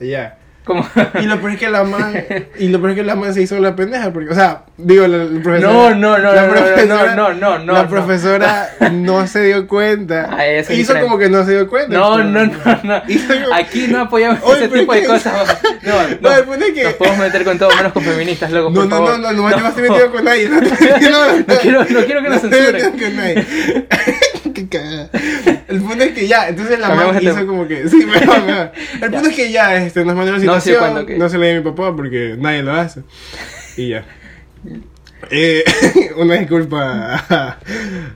Speaker 2: Ya.
Speaker 1: Como...
Speaker 2: Y lo peor es que la man. Y lo peor es que la man se hizo la pendeja. Porque, o sea, digo, la, la profesora.
Speaker 1: No, no, no,
Speaker 2: la
Speaker 1: no, no, no,
Speaker 2: profesora-
Speaker 1: no, no, no,
Speaker 2: La
Speaker 1: no.
Speaker 2: profesora no se dio cuenta.
Speaker 1: Ah, eso es
Speaker 2: hizo
Speaker 1: diferente.
Speaker 2: como que no se dio cuenta.
Speaker 1: No,
Speaker 2: pero-
Speaker 1: no, no, no.
Speaker 2: Hizo como-
Speaker 1: Aquí no apoyamos
Speaker 2: Oye,
Speaker 1: ese
Speaker 2: pero
Speaker 1: tipo
Speaker 2: es
Speaker 1: de
Speaker 2: que-
Speaker 1: cosas. No, no.
Speaker 2: No, el punto es que-
Speaker 1: Nos podemos meter con todo, menos con feministas, loco,
Speaker 2: No,
Speaker 1: por
Speaker 2: no,
Speaker 1: favor.
Speaker 2: no, no, no, yo no estoy metido con nadie. No, estoy metido-
Speaker 1: No quiero- no quiero que nos
Speaker 2: estoy metido
Speaker 1: censuren.
Speaker 2: con nadie. Qué cagada. El punto es que ya, entonces la
Speaker 1: Cambiamos
Speaker 2: mamá
Speaker 1: de
Speaker 2: hizo
Speaker 1: tema.
Speaker 2: como que. Sí, mejor, mejor. El punto es que ya este, nos mandó la
Speaker 1: No sé
Speaker 2: situación.
Speaker 1: cuándo, ok.
Speaker 2: no se le di a mi papá porque nadie lo hace. Y ya. Eh, una disculpa a,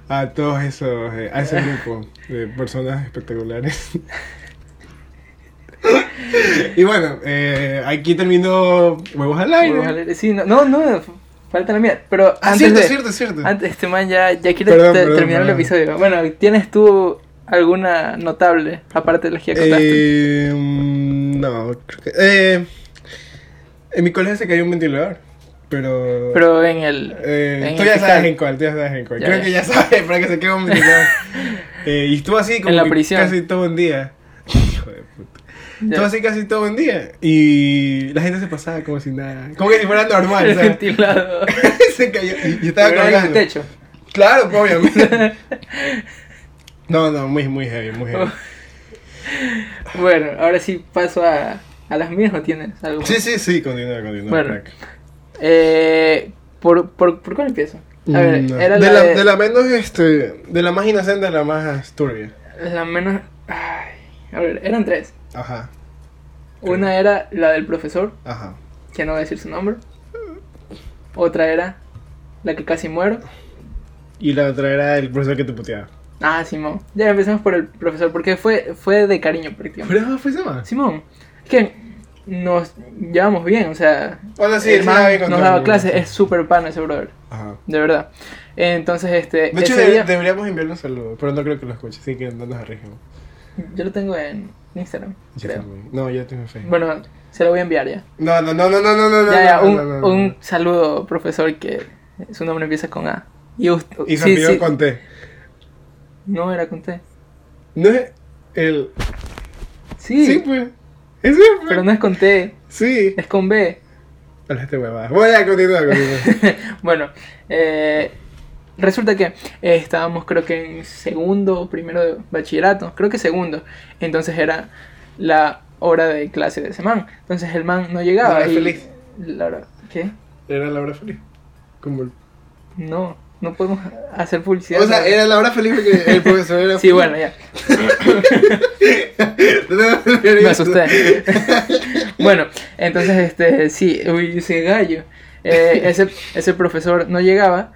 Speaker 2: a todos esos, eh, a ese grupo de personas espectaculares. y bueno, eh, aquí terminó Huevos al Aire.
Speaker 1: Huevos al aire. Sí, no, no, no, falta la mía. Pero
Speaker 2: Ah,
Speaker 1: antes
Speaker 2: cierto,
Speaker 1: de-
Speaker 2: cierto, cierto.
Speaker 1: Antes, este man ya, ya quiere
Speaker 2: Perdón,
Speaker 1: te-
Speaker 2: perdón,
Speaker 1: terminar el
Speaker 2: perdón.
Speaker 1: episodio. Bueno, ¿tienes tú alguna notable, aparte de las que ya contaste?
Speaker 2: Eh, mm, no, creo que. Eh, en mi colegio se cayó un ventilador. Pero.
Speaker 1: Pero en el...
Speaker 2: eh,
Speaker 1: en
Speaker 2: tú
Speaker 1: el
Speaker 2: ya
Speaker 1: fiscal.
Speaker 2: sabes en cuál, tú ya sabes en cuál.
Speaker 1: Ya,
Speaker 2: creo
Speaker 1: ya.
Speaker 2: que ya sabes para que se caiga un ventilador. Eh, y estuvo así como
Speaker 1: En la
Speaker 2: que
Speaker 1: prisión.
Speaker 2: casi todo un día. Hijo de puta.
Speaker 1: Ya.
Speaker 2: Estuvo así casi todo un día. Y la gente se pasaba como si nada. Como que si fuera normal,
Speaker 1: el
Speaker 2: ¿sabes?
Speaker 1: ventilado.
Speaker 2: se cayó. Y estaba
Speaker 1: Pero era en
Speaker 2: colgando.
Speaker 1: el techo.
Speaker 2: Claro, pues, obviamente. no, no, muy, muy heavy, muy
Speaker 1: Oh.
Speaker 2: heavy.
Speaker 1: Bueno, ahora sí paso a, a las mías, ¿no tienes algo? más?
Speaker 2: Sí, sí, sí, continúa, continúa.
Speaker 1: Bueno,
Speaker 2: crack.
Speaker 1: Eh, ¿por, por, ¿Por cuál empiezo? A ver,
Speaker 2: Mm, no.
Speaker 1: era
Speaker 2: de,
Speaker 1: la,
Speaker 2: la,
Speaker 1: de-
Speaker 2: de la menos este de la más inocente a la más turbia.
Speaker 1: la menos... ay, a ver, eran tres.
Speaker 2: Ajá,
Speaker 1: Una era la del profesor,
Speaker 2: ajá.
Speaker 1: que no voy a decir su nombre. Otra era la que casi muero.
Speaker 2: Y la otra era el profesor que te puteaba.
Speaker 1: Ah, Simón. Ya empezamos por el profesor, porque fue, fue de cariño prácticamente.
Speaker 2: Pero no fue ese más.
Speaker 1: Simón, es que nos llevamos bien, o sea...
Speaker 2: O sea, sí,
Speaker 1: el
Speaker 2: sí
Speaker 1: man
Speaker 2: la había encontrado,
Speaker 1: nos daba
Speaker 2: ¿no?
Speaker 1: clases, es súper pana ese brother,
Speaker 2: Ajá.
Speaker 1: de verdad. Entonces, este...
Speaker 2: De hecho,
Speaker 1: ese
Speaker 2: de-
Speaker 1: día-
Speaker 2: deberíamos enviarle un saludo, pero no creo que lo escuche, así que no nos arriesguemos.
Speaker 1: Yo lo tengo en Instagram,
Speaker 2: Yo
Speaker 1: creo.
Speaker 2: también. No, yo tengo fe.
Speaker 1: Bueno, se lo voy a enviar ya.
Speaker 2: No, no, no, no, no, no, no.
Speaker 1: ya, ya,
Speaker 2: no,
Speaker 1: un,
Speaker 2: no, no, no.
Speaker 1: un saludo, profesor, que su nombre empieza con A. Y, usted,
Speaker 2: Y se olvidó con T.
Speaker 1: No era con T.
Speaker 2: No es el.
Speaker 1: Sí,
Speaker 2: Sí, pues. Ese fue.
Speaker 1: pero no es con T,
Speaker 2: Sí.
Speaker 1: es con B.
Speaker 2: Hablaste huevada. Bueno, ya, continúa, continúa.
Speaker 1: bueno, eh, resulta que eh, estábamos creo que en segundo o primero de bachillerato, creo que segundo. Entonces era la hora de clase de ese man. Entonces el man no llegaba.
Speaker 2: La hora
Speaker 1: y-
Speaker 2: feliz.
Speaker 1: La hora- ¿Qué?
Speaker 2: Era la hora feliz. Como el-
Speaker 1: No, no podemos hacer publicidad.
Speaker 2: O sea,
Speaker 1: ¿no?
Speaker 2: era la hora feliz porque el profesor era.
Speaker 1: Sí, bueno, ya. Me
Speaker 2: Me
Speaker 1: asusté. bueno, entonces, este, sí, uy, ese gallo. Eh, ese, ese profesor no llegaba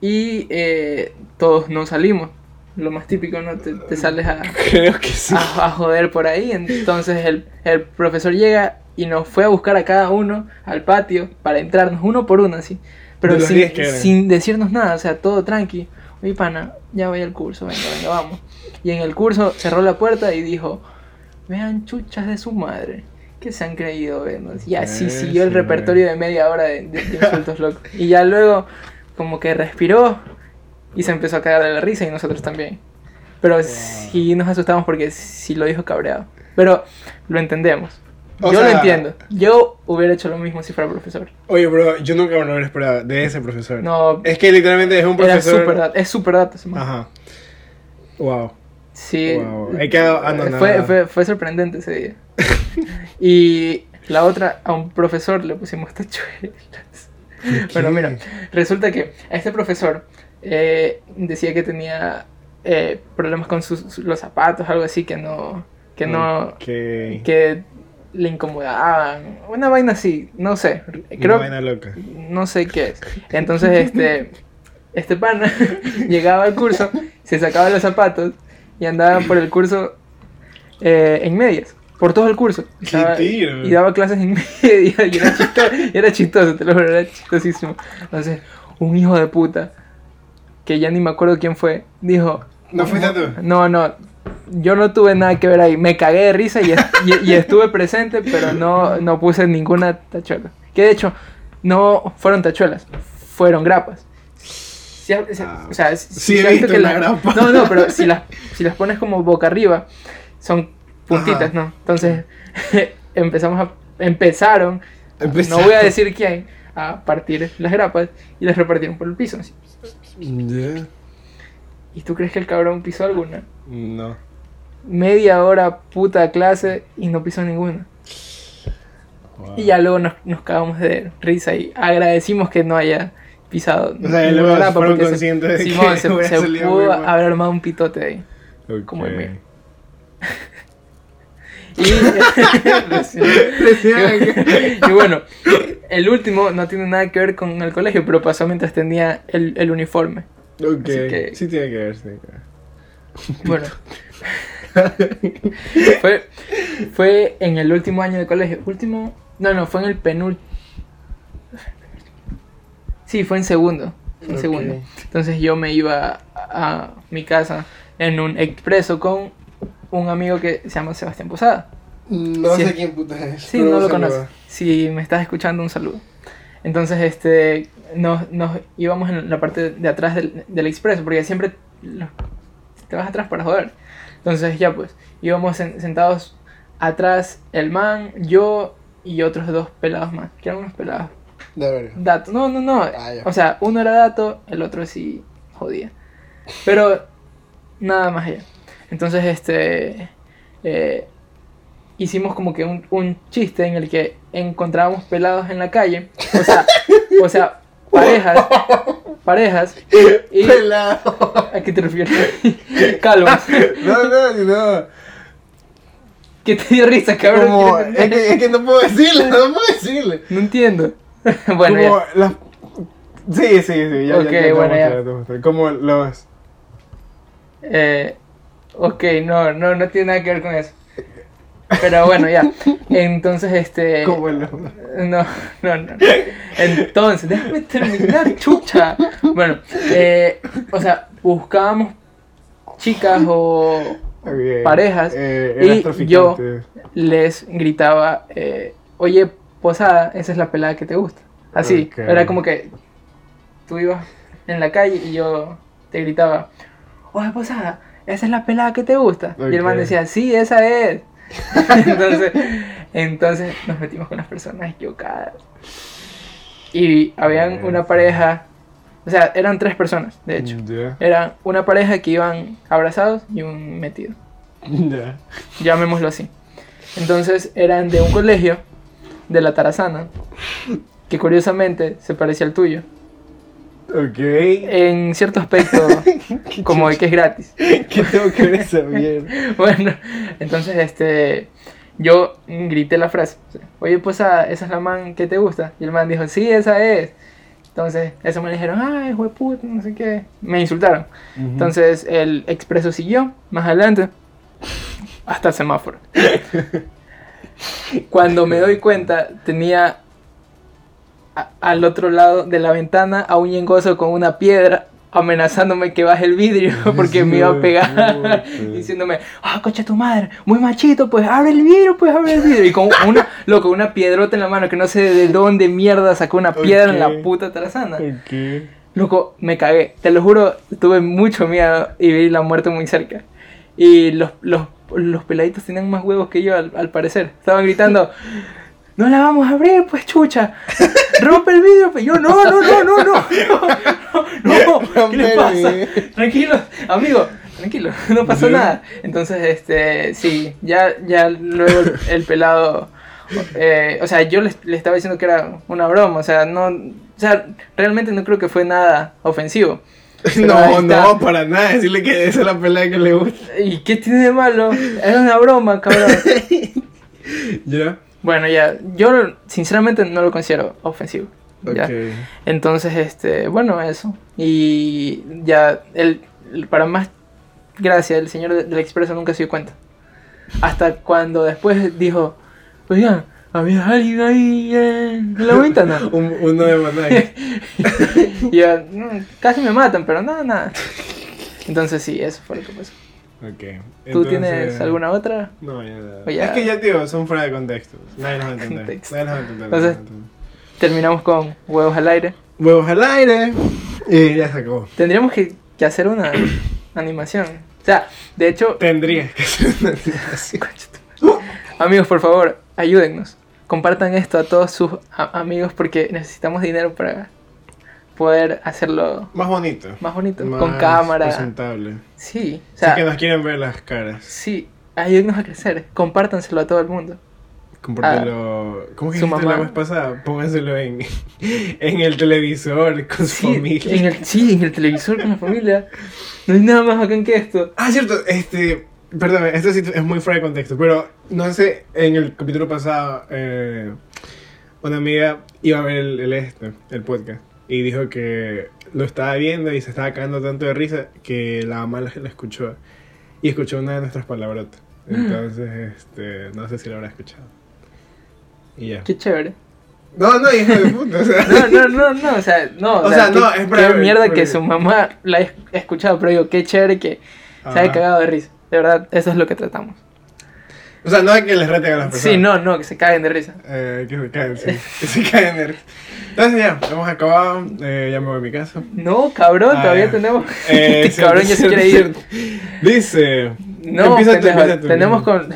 Speaker 1: y eh, todos no salimos. Lo más típico, ¿no? Te, te sales a,
Speaker 2: Creo que sí.
Speaker 1: a- a joder por ahí. Entonces el, el profesor llega y nos fue a buscar a cada uno al patio para entrarnos uno por uno así.
Speaker 2: De
Speaker 1: Pero
Speaker 2: los
Speaker 1: sin,
Speaker 2: diez que eran.
Speaker 1: sin decirnos nada, o sea, todo tranqui. Oye, pana, ya voy al curso, venga, venga, vamos. Y en el curso cerró la puerta y dijo, vean chuchas de su madre. ¿Qué se han creído? vernos?". Y así
Speaker 2: Eh,
Speaker 1: siguió el
Speaker 2: sí,
Speaker 1: repertorio de media hora de, de- de insultos locos. Y ya luego como que respiró y se empezó a cagar de la risa y nosotros también. Pero sí nos asustamos porque sí lo dijo cabreado. Pero lo entendemos.
Speaker 2: O
Speaker 1: yo lo
Speaker 2: sea-
Speaker 1: entiendo. Yo hubiera hecho lo mismo si fuera profesor.
Speaker 2: Oye, bro, yo nunca me lo hubiera esperado de ese profesor.
Speaker 1: No,
Speaker 2: Es que literalmente es un
Speaker 1: era
Speaker 2: profesor.
Speaker 1: súper dato. Es súper dato. ese man.
Speaker 2: Ajá. Wow.
Speaker 1: Sí.
Speaker 2: Wow. He quedado anonadado.
Speaker 1: fue, fue, fue sorprendente ese día. y la otra, a un profesor le pusimos tachuelas. Bueno, mira, resulta que a este profesor eh, decía que tenía eh, problemas con sus, los zapatos, algo así, que no, que
Speaker 2: Mm.
Speaker 1: no,
Speaker 2: Que.
Speaker 1: que le incomodaban, una vaina así, no sé, creo,
Speaker 2: Buena loca.
Speaker 1: no sé qué es. Entonces, este, este pana llegaba al curso, se sacaba los zapatos y andaba por el curso eh, en medias, por todo el curso. Y
Speaker 2: ¡Qué
Speaker 1: daba-
Speaker 2: tiro!
Speaker 1: Y daba clases en medias y era chistoso, y era chistoso, te lo juro, era chistosísimo. Entonces, un hijo de puta, que ya ni me acuerdo quién fue, dijo...
Speaker 2: ¿No fuiste tú?
Speaker 1: No, no. Yo no tuve nada que ver ahí. Me cagué de risa y, est- y- y estuve presente, pero no, no puse ninguna tachuela. Que de hecho, no fueron tachuelas, fueron grapas. Si ha- si-
Speaker 2: Ah,
Speaker 1: o sea, si-
Speaker 2: sí
Speaker 1: si
Speaker 2: he
Speaker 1: has
Speaker 2: visto una grapa.
Speaker 1: No, no, pero si las, si las pones como boca arriba, son puntitas,
Speaker 2: Ajá.
Speaker 1: ¿no? Entonces, empezamos a, empezaron,
Speaker 2: Empezó.
Speaker 1: no voy a decir quién, a partir las grapas y las repartieron por el piso. así.
Speaker 2: Ya.
Speaker 1: ¿Y tú crees que el cabrón pisó alguna?
Speaker 2: No.
Speaker 1: media hora puta clase y no pisó ninguna.
Speaker 2: Wow.
Speaker 1: Y ya luego nos, nos cagamos de risa y agradecimos que no haya pisado.
Speaker 2: O sea, ya
Speaker 1: ninguna
Speaker 2: luego
Speaker 1: grapa
Speaker 2: fueron
Speaker 1: porque se-
Speaker 2: conscientes de
Speaker 1: Simón,
Speaker 2: que
Speaker 1: se,
Speaker 2: hubiera
Speaker 1: se
Speaker 2: salido muy
Speaker 1: pudo
Speaker 2: mal.
Speaker 1: haber armado un pitote ahí.
Speaker 2: Ok.
Speaker 1: como el mío. Y, y bueno, el último no tiene nada que ver con el colegio, pero pasó mientras tenía el, el uniforme.
Speaker 2: Ok.
Speaker 1: Así que-
Speaker 2: Sí, tiene que ver. sí tiene que ver.
Speaker 1: Bueno. fue, fue en el último año de colegio. Último. No, no, fue en el penúltimo. Sí, fue en segundo. Fue en
Speaker 2: Ok.
Speaker 1: segundo. Entonces yo me iba a, a mi casa en un expreso con un amigo que se llama Sebastián Posada.
Speaker 2: No
Speaker 1: Sí.
Speaker 2: sé quién puta es.
Speaker 1: Sí,
Speaker 2: pero
Speaker 1: no lo
Speaker 2: saluda.
Speaker 1: conoces. Si me estás escuchando, un saludo. Entonces, este, nos, nos íbamos en la parte de atrás del, del expreso, porque siempre lo- te vas atrás para joder. Entonces, ya pues, íbamos sen- sentados atrás el man, yo y otros dos pelados más, que eran unos pelados.
Speaker 2: De verdad.
Speaker 1: Dato, no, no, no.
Speaker 2: Ah, ya.
Speaker 1: o sea, uno era dato, el otro sí jodía. Pero nada más allá. Entonces, este. eh, hicimos como que un, un chiste en el que encontrábamos pelados en la calle. O sea, o sea parejas. Parejas. Y,
Speaker 2: Pelado.
Speaker 1: ¿A qué te refieres? Calvos.
Speaker 2: No, no, no.
Speaker 1: ¿Qué te dio risa, cabrón?
Speaker 2: Como,
Speaker 1: ¿Quieres
Speaker 2: es,
Speaker 1: entender?
Speaker 2: que, es que no puedo decirle, no puedo decirle.
Speaker 1: No entiendo. bueno, ya.
Speaker 2: como las... Sí, sí, sí, ya, ya,
Speaker 1: Ok,
Speaker 2: ya, te
Speaker 1: bueno,
Speaker 2: voy a
Speaker 1: ya.
Speaker 2: mostrar, te voy a mostrar. Como los...
Speaker 1: Eh, ok, no, no, no tiene nada que ver con eso. Pero bueno, ya. Entonces, este.
Speaker 2: Como los...
Speaker 1: No, no, no. Entonces, déjame terminar, chucha. Bueno, eh, o sea, buscábamos chicas o
Speaker 2: Ok,
Speaker 1: Parejas,
Speaker 2: eh,
Speaker 1: y
Speaker 2: eras traficante.
Speaker 1: yo- les gritaba, eh, oye, Posada, esa es la pelada que te gusta. Así,
Speaker 2: Ok.
Speaker 1: era como que tú ibas en la calle y yo te gritaba, oye, Posada, esa es la pelada que te gusta. Y el man
Speaker 2: Ok.
Speaker 1: decía, sí, esa es. entonces, entonces nos metimos con las personas equivocadas. Y habían
Speaker 2: Ok. Mm.
Speaker 1: una pareja, o sea, eran tres personas, de hecho.
Speaker 2: Ya.
Speaker 1: Era una pareja que iban abrazados y un metido
Speaker 2: Ya.
Speaker 1: llamémoslo así. Entonces eran de un colegio de la Tarazana, que curiosamente se parecía al tuyo,
Speaker 2: Ok.
Speaker 1: en cierto aspecto, Eh, como de que es gratis.
Speaker 2: ¿Qué tengo que ver esa mierda?
Speaker 1: Bueno, entonces este, yo grité la frase, oye, pues ah, esa es la man que te gusta. Y el man dijo, sí, esa es. Entonces, eso me dijeron, ay, puta, no sé qué. Me insultaron. Entonces el expreso siguió más adelante hasta el semáforo. Cuando me doy cuenta, tenía a- al otro lado de la ventana a un yengoso con una piedra amenazándome que baje el vidrio porque me iba a pegar
Speaker 2: Ujú.
Speaker 1: diciéndome, ah, coche tu madre, muy machito, pues abre el vidrio, pues abre el vidrio. Y con una, loco, una piedrota en la mano que no sé de dónde mierda sacó una piedra en
Speaker 2: Ok.
Speaker 1: la puta tarazana.
Speaker 2: Ok.
Speaker 1: Loco, me cagué. Te lo juro, tuve mucho miedo y vi la muerte muy cerca. Y los, los, los peladitos tenían más huevos que yo, al, al parecer. Estaban gritando, no la vamos a abrir, pues chucha. Rompe el vidrio. Pues. Yo, no, no, no, no, no. No, no, ¿qué les pasa? Tranquilo, amigo. Tranquilo, no pasó nada. Entonces, este, sí, ya, ya luego el- el pelado, eh, o sea, yo le, le estaba diciendo que era una broma, o sea, no, o sea, realmente no creo que fue nada ofensivo. Pero ahí
Speaker 2: No,
Speaker 1: está.
Speaker 2: no, para nada. Decirle que esa es la pelea que le gusta.
Speaker 1: ¿Y qué tiene de malo? Era una broma, cabrón.
Speaker 2: Ya.
Speaker 1: Bueno, ya, yo sinceramente no lo considero ofensivo. ya.
Speaker 2: Ok.
Speaker 1: Entonces, este, bueno, eso. Y ya, el, el- para más gracia, el señor de- del expreso nunca se dio cuenta. Hasta cuando después dijo, oigan, había alguien ahí en la ventana.
Speaker 2: Un- uno de Manai.
Speaker 1: y ya, "Mm, casi me matan, pero nada, nada. Entonces sí, eso fue lo que pasó.
Speaker 2: ok.
Speaker 1: ¿Tú
Speaker 2: entonces-
Speaker 1: tienes alguna otra?
Speaker 2: No, ya nada.
Speaker 1: O Oh, ya-
Speaker 2: Es que ya, tío, son fuera de contexto. Nadie los va a entender.
Speaker 1: Contexto.
Speaker 2: Nadie los va a entender.
Speaker 1: Entonces-
Speaker 2: nadie los va a entender.
Speaker 1: Terminamos con huevos al aire.
Speaker 2: Huevos al aire. Y ya se acabó.
Speaker 1: Tendríamos que, que hacer una animación. O sea, de hecho,
Speaker 2: Tendría que ser una animación.
Speaker 1: Amigos, por favor, ayúdennos. Compartan esto a todos sus a- amigos porque necesitamos dinero para poder hacerlo
Speaker 2: Más bonito.
Speaker 1: más bonito,
Speaker 2: Más
Speaker 1: con cámara.
Speaker 2: Presentable.
Speaker 1: Sí, o
Speaker 2: Así
Speaker 1: sea,
Speaker 2: que nos quieren ver las caras.
Speaker 1: sí, ayúdennos a crecer. Compártanselo a todo el mundo.
Speaker 2: Compártelo. ¿Cómo que
Speaker 1: Ah, su
Speaker 2: dijiste la
Speaker 1: mamá.
Speaker 2: vez pasada? Pónganselo en, en el televisor con su
Speaker 1: Sí,
Speaker 2: familia.
Speaker 1: en el, sí, en el televisor con la familia. No hay nada más acá que esto.
Speaker 2: Ah, cierto, este. Perdón, esto sí es muy fuera de contexto, pero no sé, en el capítulo pasado, eh, una amiga iba a ver el, el este, el podcast, y dijo que lo estaba viendo y se estaba cagando tanto de risa que la mamá la, la escuchó y escuchó una de nuestras palabrotas.
Speaker 1: Mm.
Speaker 2: Entonces, este, no sé si lo habrá escuchado. Y ya.
Speaker 1: Qué chévere.
Speaker 2: No, no, hija de puta, o sea.
Speaker 1: No, no, no, no, o sea, no.
Speaker 2: O sea,
Speaker 1: qué-
Speaker 2: no, es breve,
Speaker 1: Qué mierda
Speaker 2: breve.
Speaker 1: que su mamá la ha escuchado, pero digo, qué chévere que se haya
Speaker 2: Ajá.
Speaker 1: cagado de risa. De verdad, eso es lo que tratamos.
Speaker 2: O sea, no es que les reten a las personas.
Speaker 1: Sí, no, no, que se caguen de risa.
Speaker 2: Eh, que se caen, sí. Que se caen de risa. Entonces ya, hemos acabado. Eh, ya me voy a mi casa.
Speaker 1: No, cabrón,
Speaker 2: Ah,
Speaker 1: todavía
Speaker 2: ya.
Speaker 1: tenemos.
Speaker 2: Eh,
Speaker 1: Este
Speaker 2: cierto,
Speaker 1: cabrón ya se
Speaker 2: cierto,
Speaker 1: quiere ir.
Speaker 2: cierto. Dice.
Speaker 1: No,
Speaker 2: empieza tú,
Speaker 1: pendejo,
Speaker 2: empieza tú.
Speaker 1: tenemos con.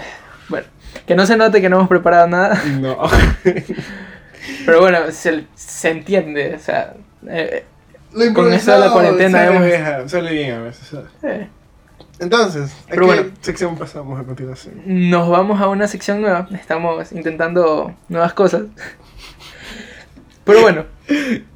Speaker 1: Bueno, que no se note que no hemos preparado nada,
Speaker 2: No.
Speaker 1: pero bueno, se, se entiende, o sea. eh,
Speaker 2: Lo
Speaker 1: Con esto de la
Speaker 2: improvisado
Speaker 1: cuarentena
Speaker 2: sale
Speaker 1: hemos-
Speaker 2: vieja, sale bien a veces. ¿sabes?
Speaker 1: eh,
Speaker 2: Entonces, ¿a
Speaker 1: Pero
Speaker 2: qué
Speaker 1: bueno.
Speaker 2: sección pasamos a continuación?
Speaker 1: nos vamos a una sección nueva, estamos intentando nuevas cosas. Pero bueno,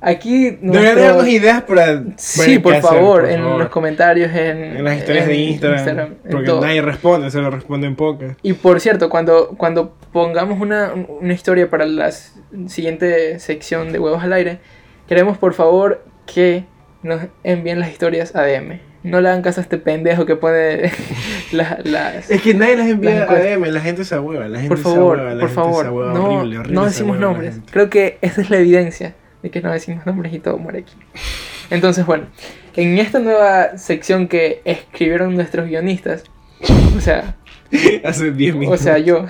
Speaker 1: aquí.
Speaker 2: Deberían
Speaker 1: nuestro-
Speaker 2: darnos ideas para.
Speaker 1: Sí,
Speaker 2: ver
Speaker 1: por
Speaker 2: qué hacer,
Speaker 1: favor, en
Speaker 2: favor.
Speaker 1: los comentarios, en,
Speaker 2: En las historias de
Speaker 1: en
Speaker 2: Instagram.
Speaker 1: en
Speaker 2: porque
Speaker 1: todo.
Speaker 2: nadie responde, se lo responden pocas.
Speaker 1: Y por cierto, cuando, cuando pongamos una, una historia para la s- siguiente sección de Huevos al Aire, queremos por favor que nos envíen las historias a DM. No le hagan caso a este pendejo que pone la- las...
Speaker 2: Es que nadie las envía
Speaker 1: Las
Speaker 2: a
Speaker 1: encuestas.
Speaker 2: DM, la gente se ahueva, la gente
Speaker 1: Por
Speaker 2: se
Speaker 1: favor,
Speaker 2: ahueva, la
Speaker 1: por
Speaker 2: gente
Speaker 1: favor,
Speaker 2: se ahueva,
Speaker 1: no,
Speaker 2: horrible, horrible
Speaker 1: no
Speaker 2: se
Speaker 1: decimos
Speaker 2: ahueva la
Speaker 1: nombres.
Speaker 2: gente.
Speaker 1: Creo que esa es la evidencia de que no decimos nombres y todo muere aquí. Entonces, bueno, en esta nueva sección que escribieron nuestros guionistas, o sea,
Speaker 2: Hace 10
Speaker 1: O
Speaker 2: minutos.
Speaker 1: sea, yo.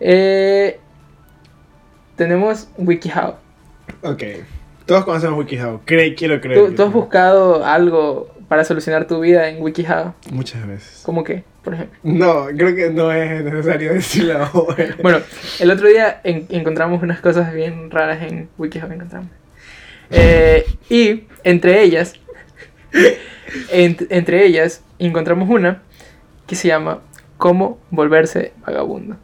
Speaker 1: Eh, tenemos WikiHow.
Speaker 2: Ok. Todos conocemos WikiHow. Cre quiero creer.
Speaker 1: ¿Tú,
Speaker 2: que
Speaker 1: tú has
Speaker 2: no.
Speaker 1: buscado algo para solucionar tu vida en WikiHow?
Speaker 2: Muchas veces.
Speaker 1: ¿Cómo qué, por ejemplo?
Speaker 2: No, creo que no es necesario decirlo ahora.
Speaker 1: Bueno, el otro día en- encontramos unas cosas bien raras en WikiHow. Encontramos. Eh, y entre ellas, ent- entre ellas, encontramos una que se llama ¿Cómo volverse vagabundo?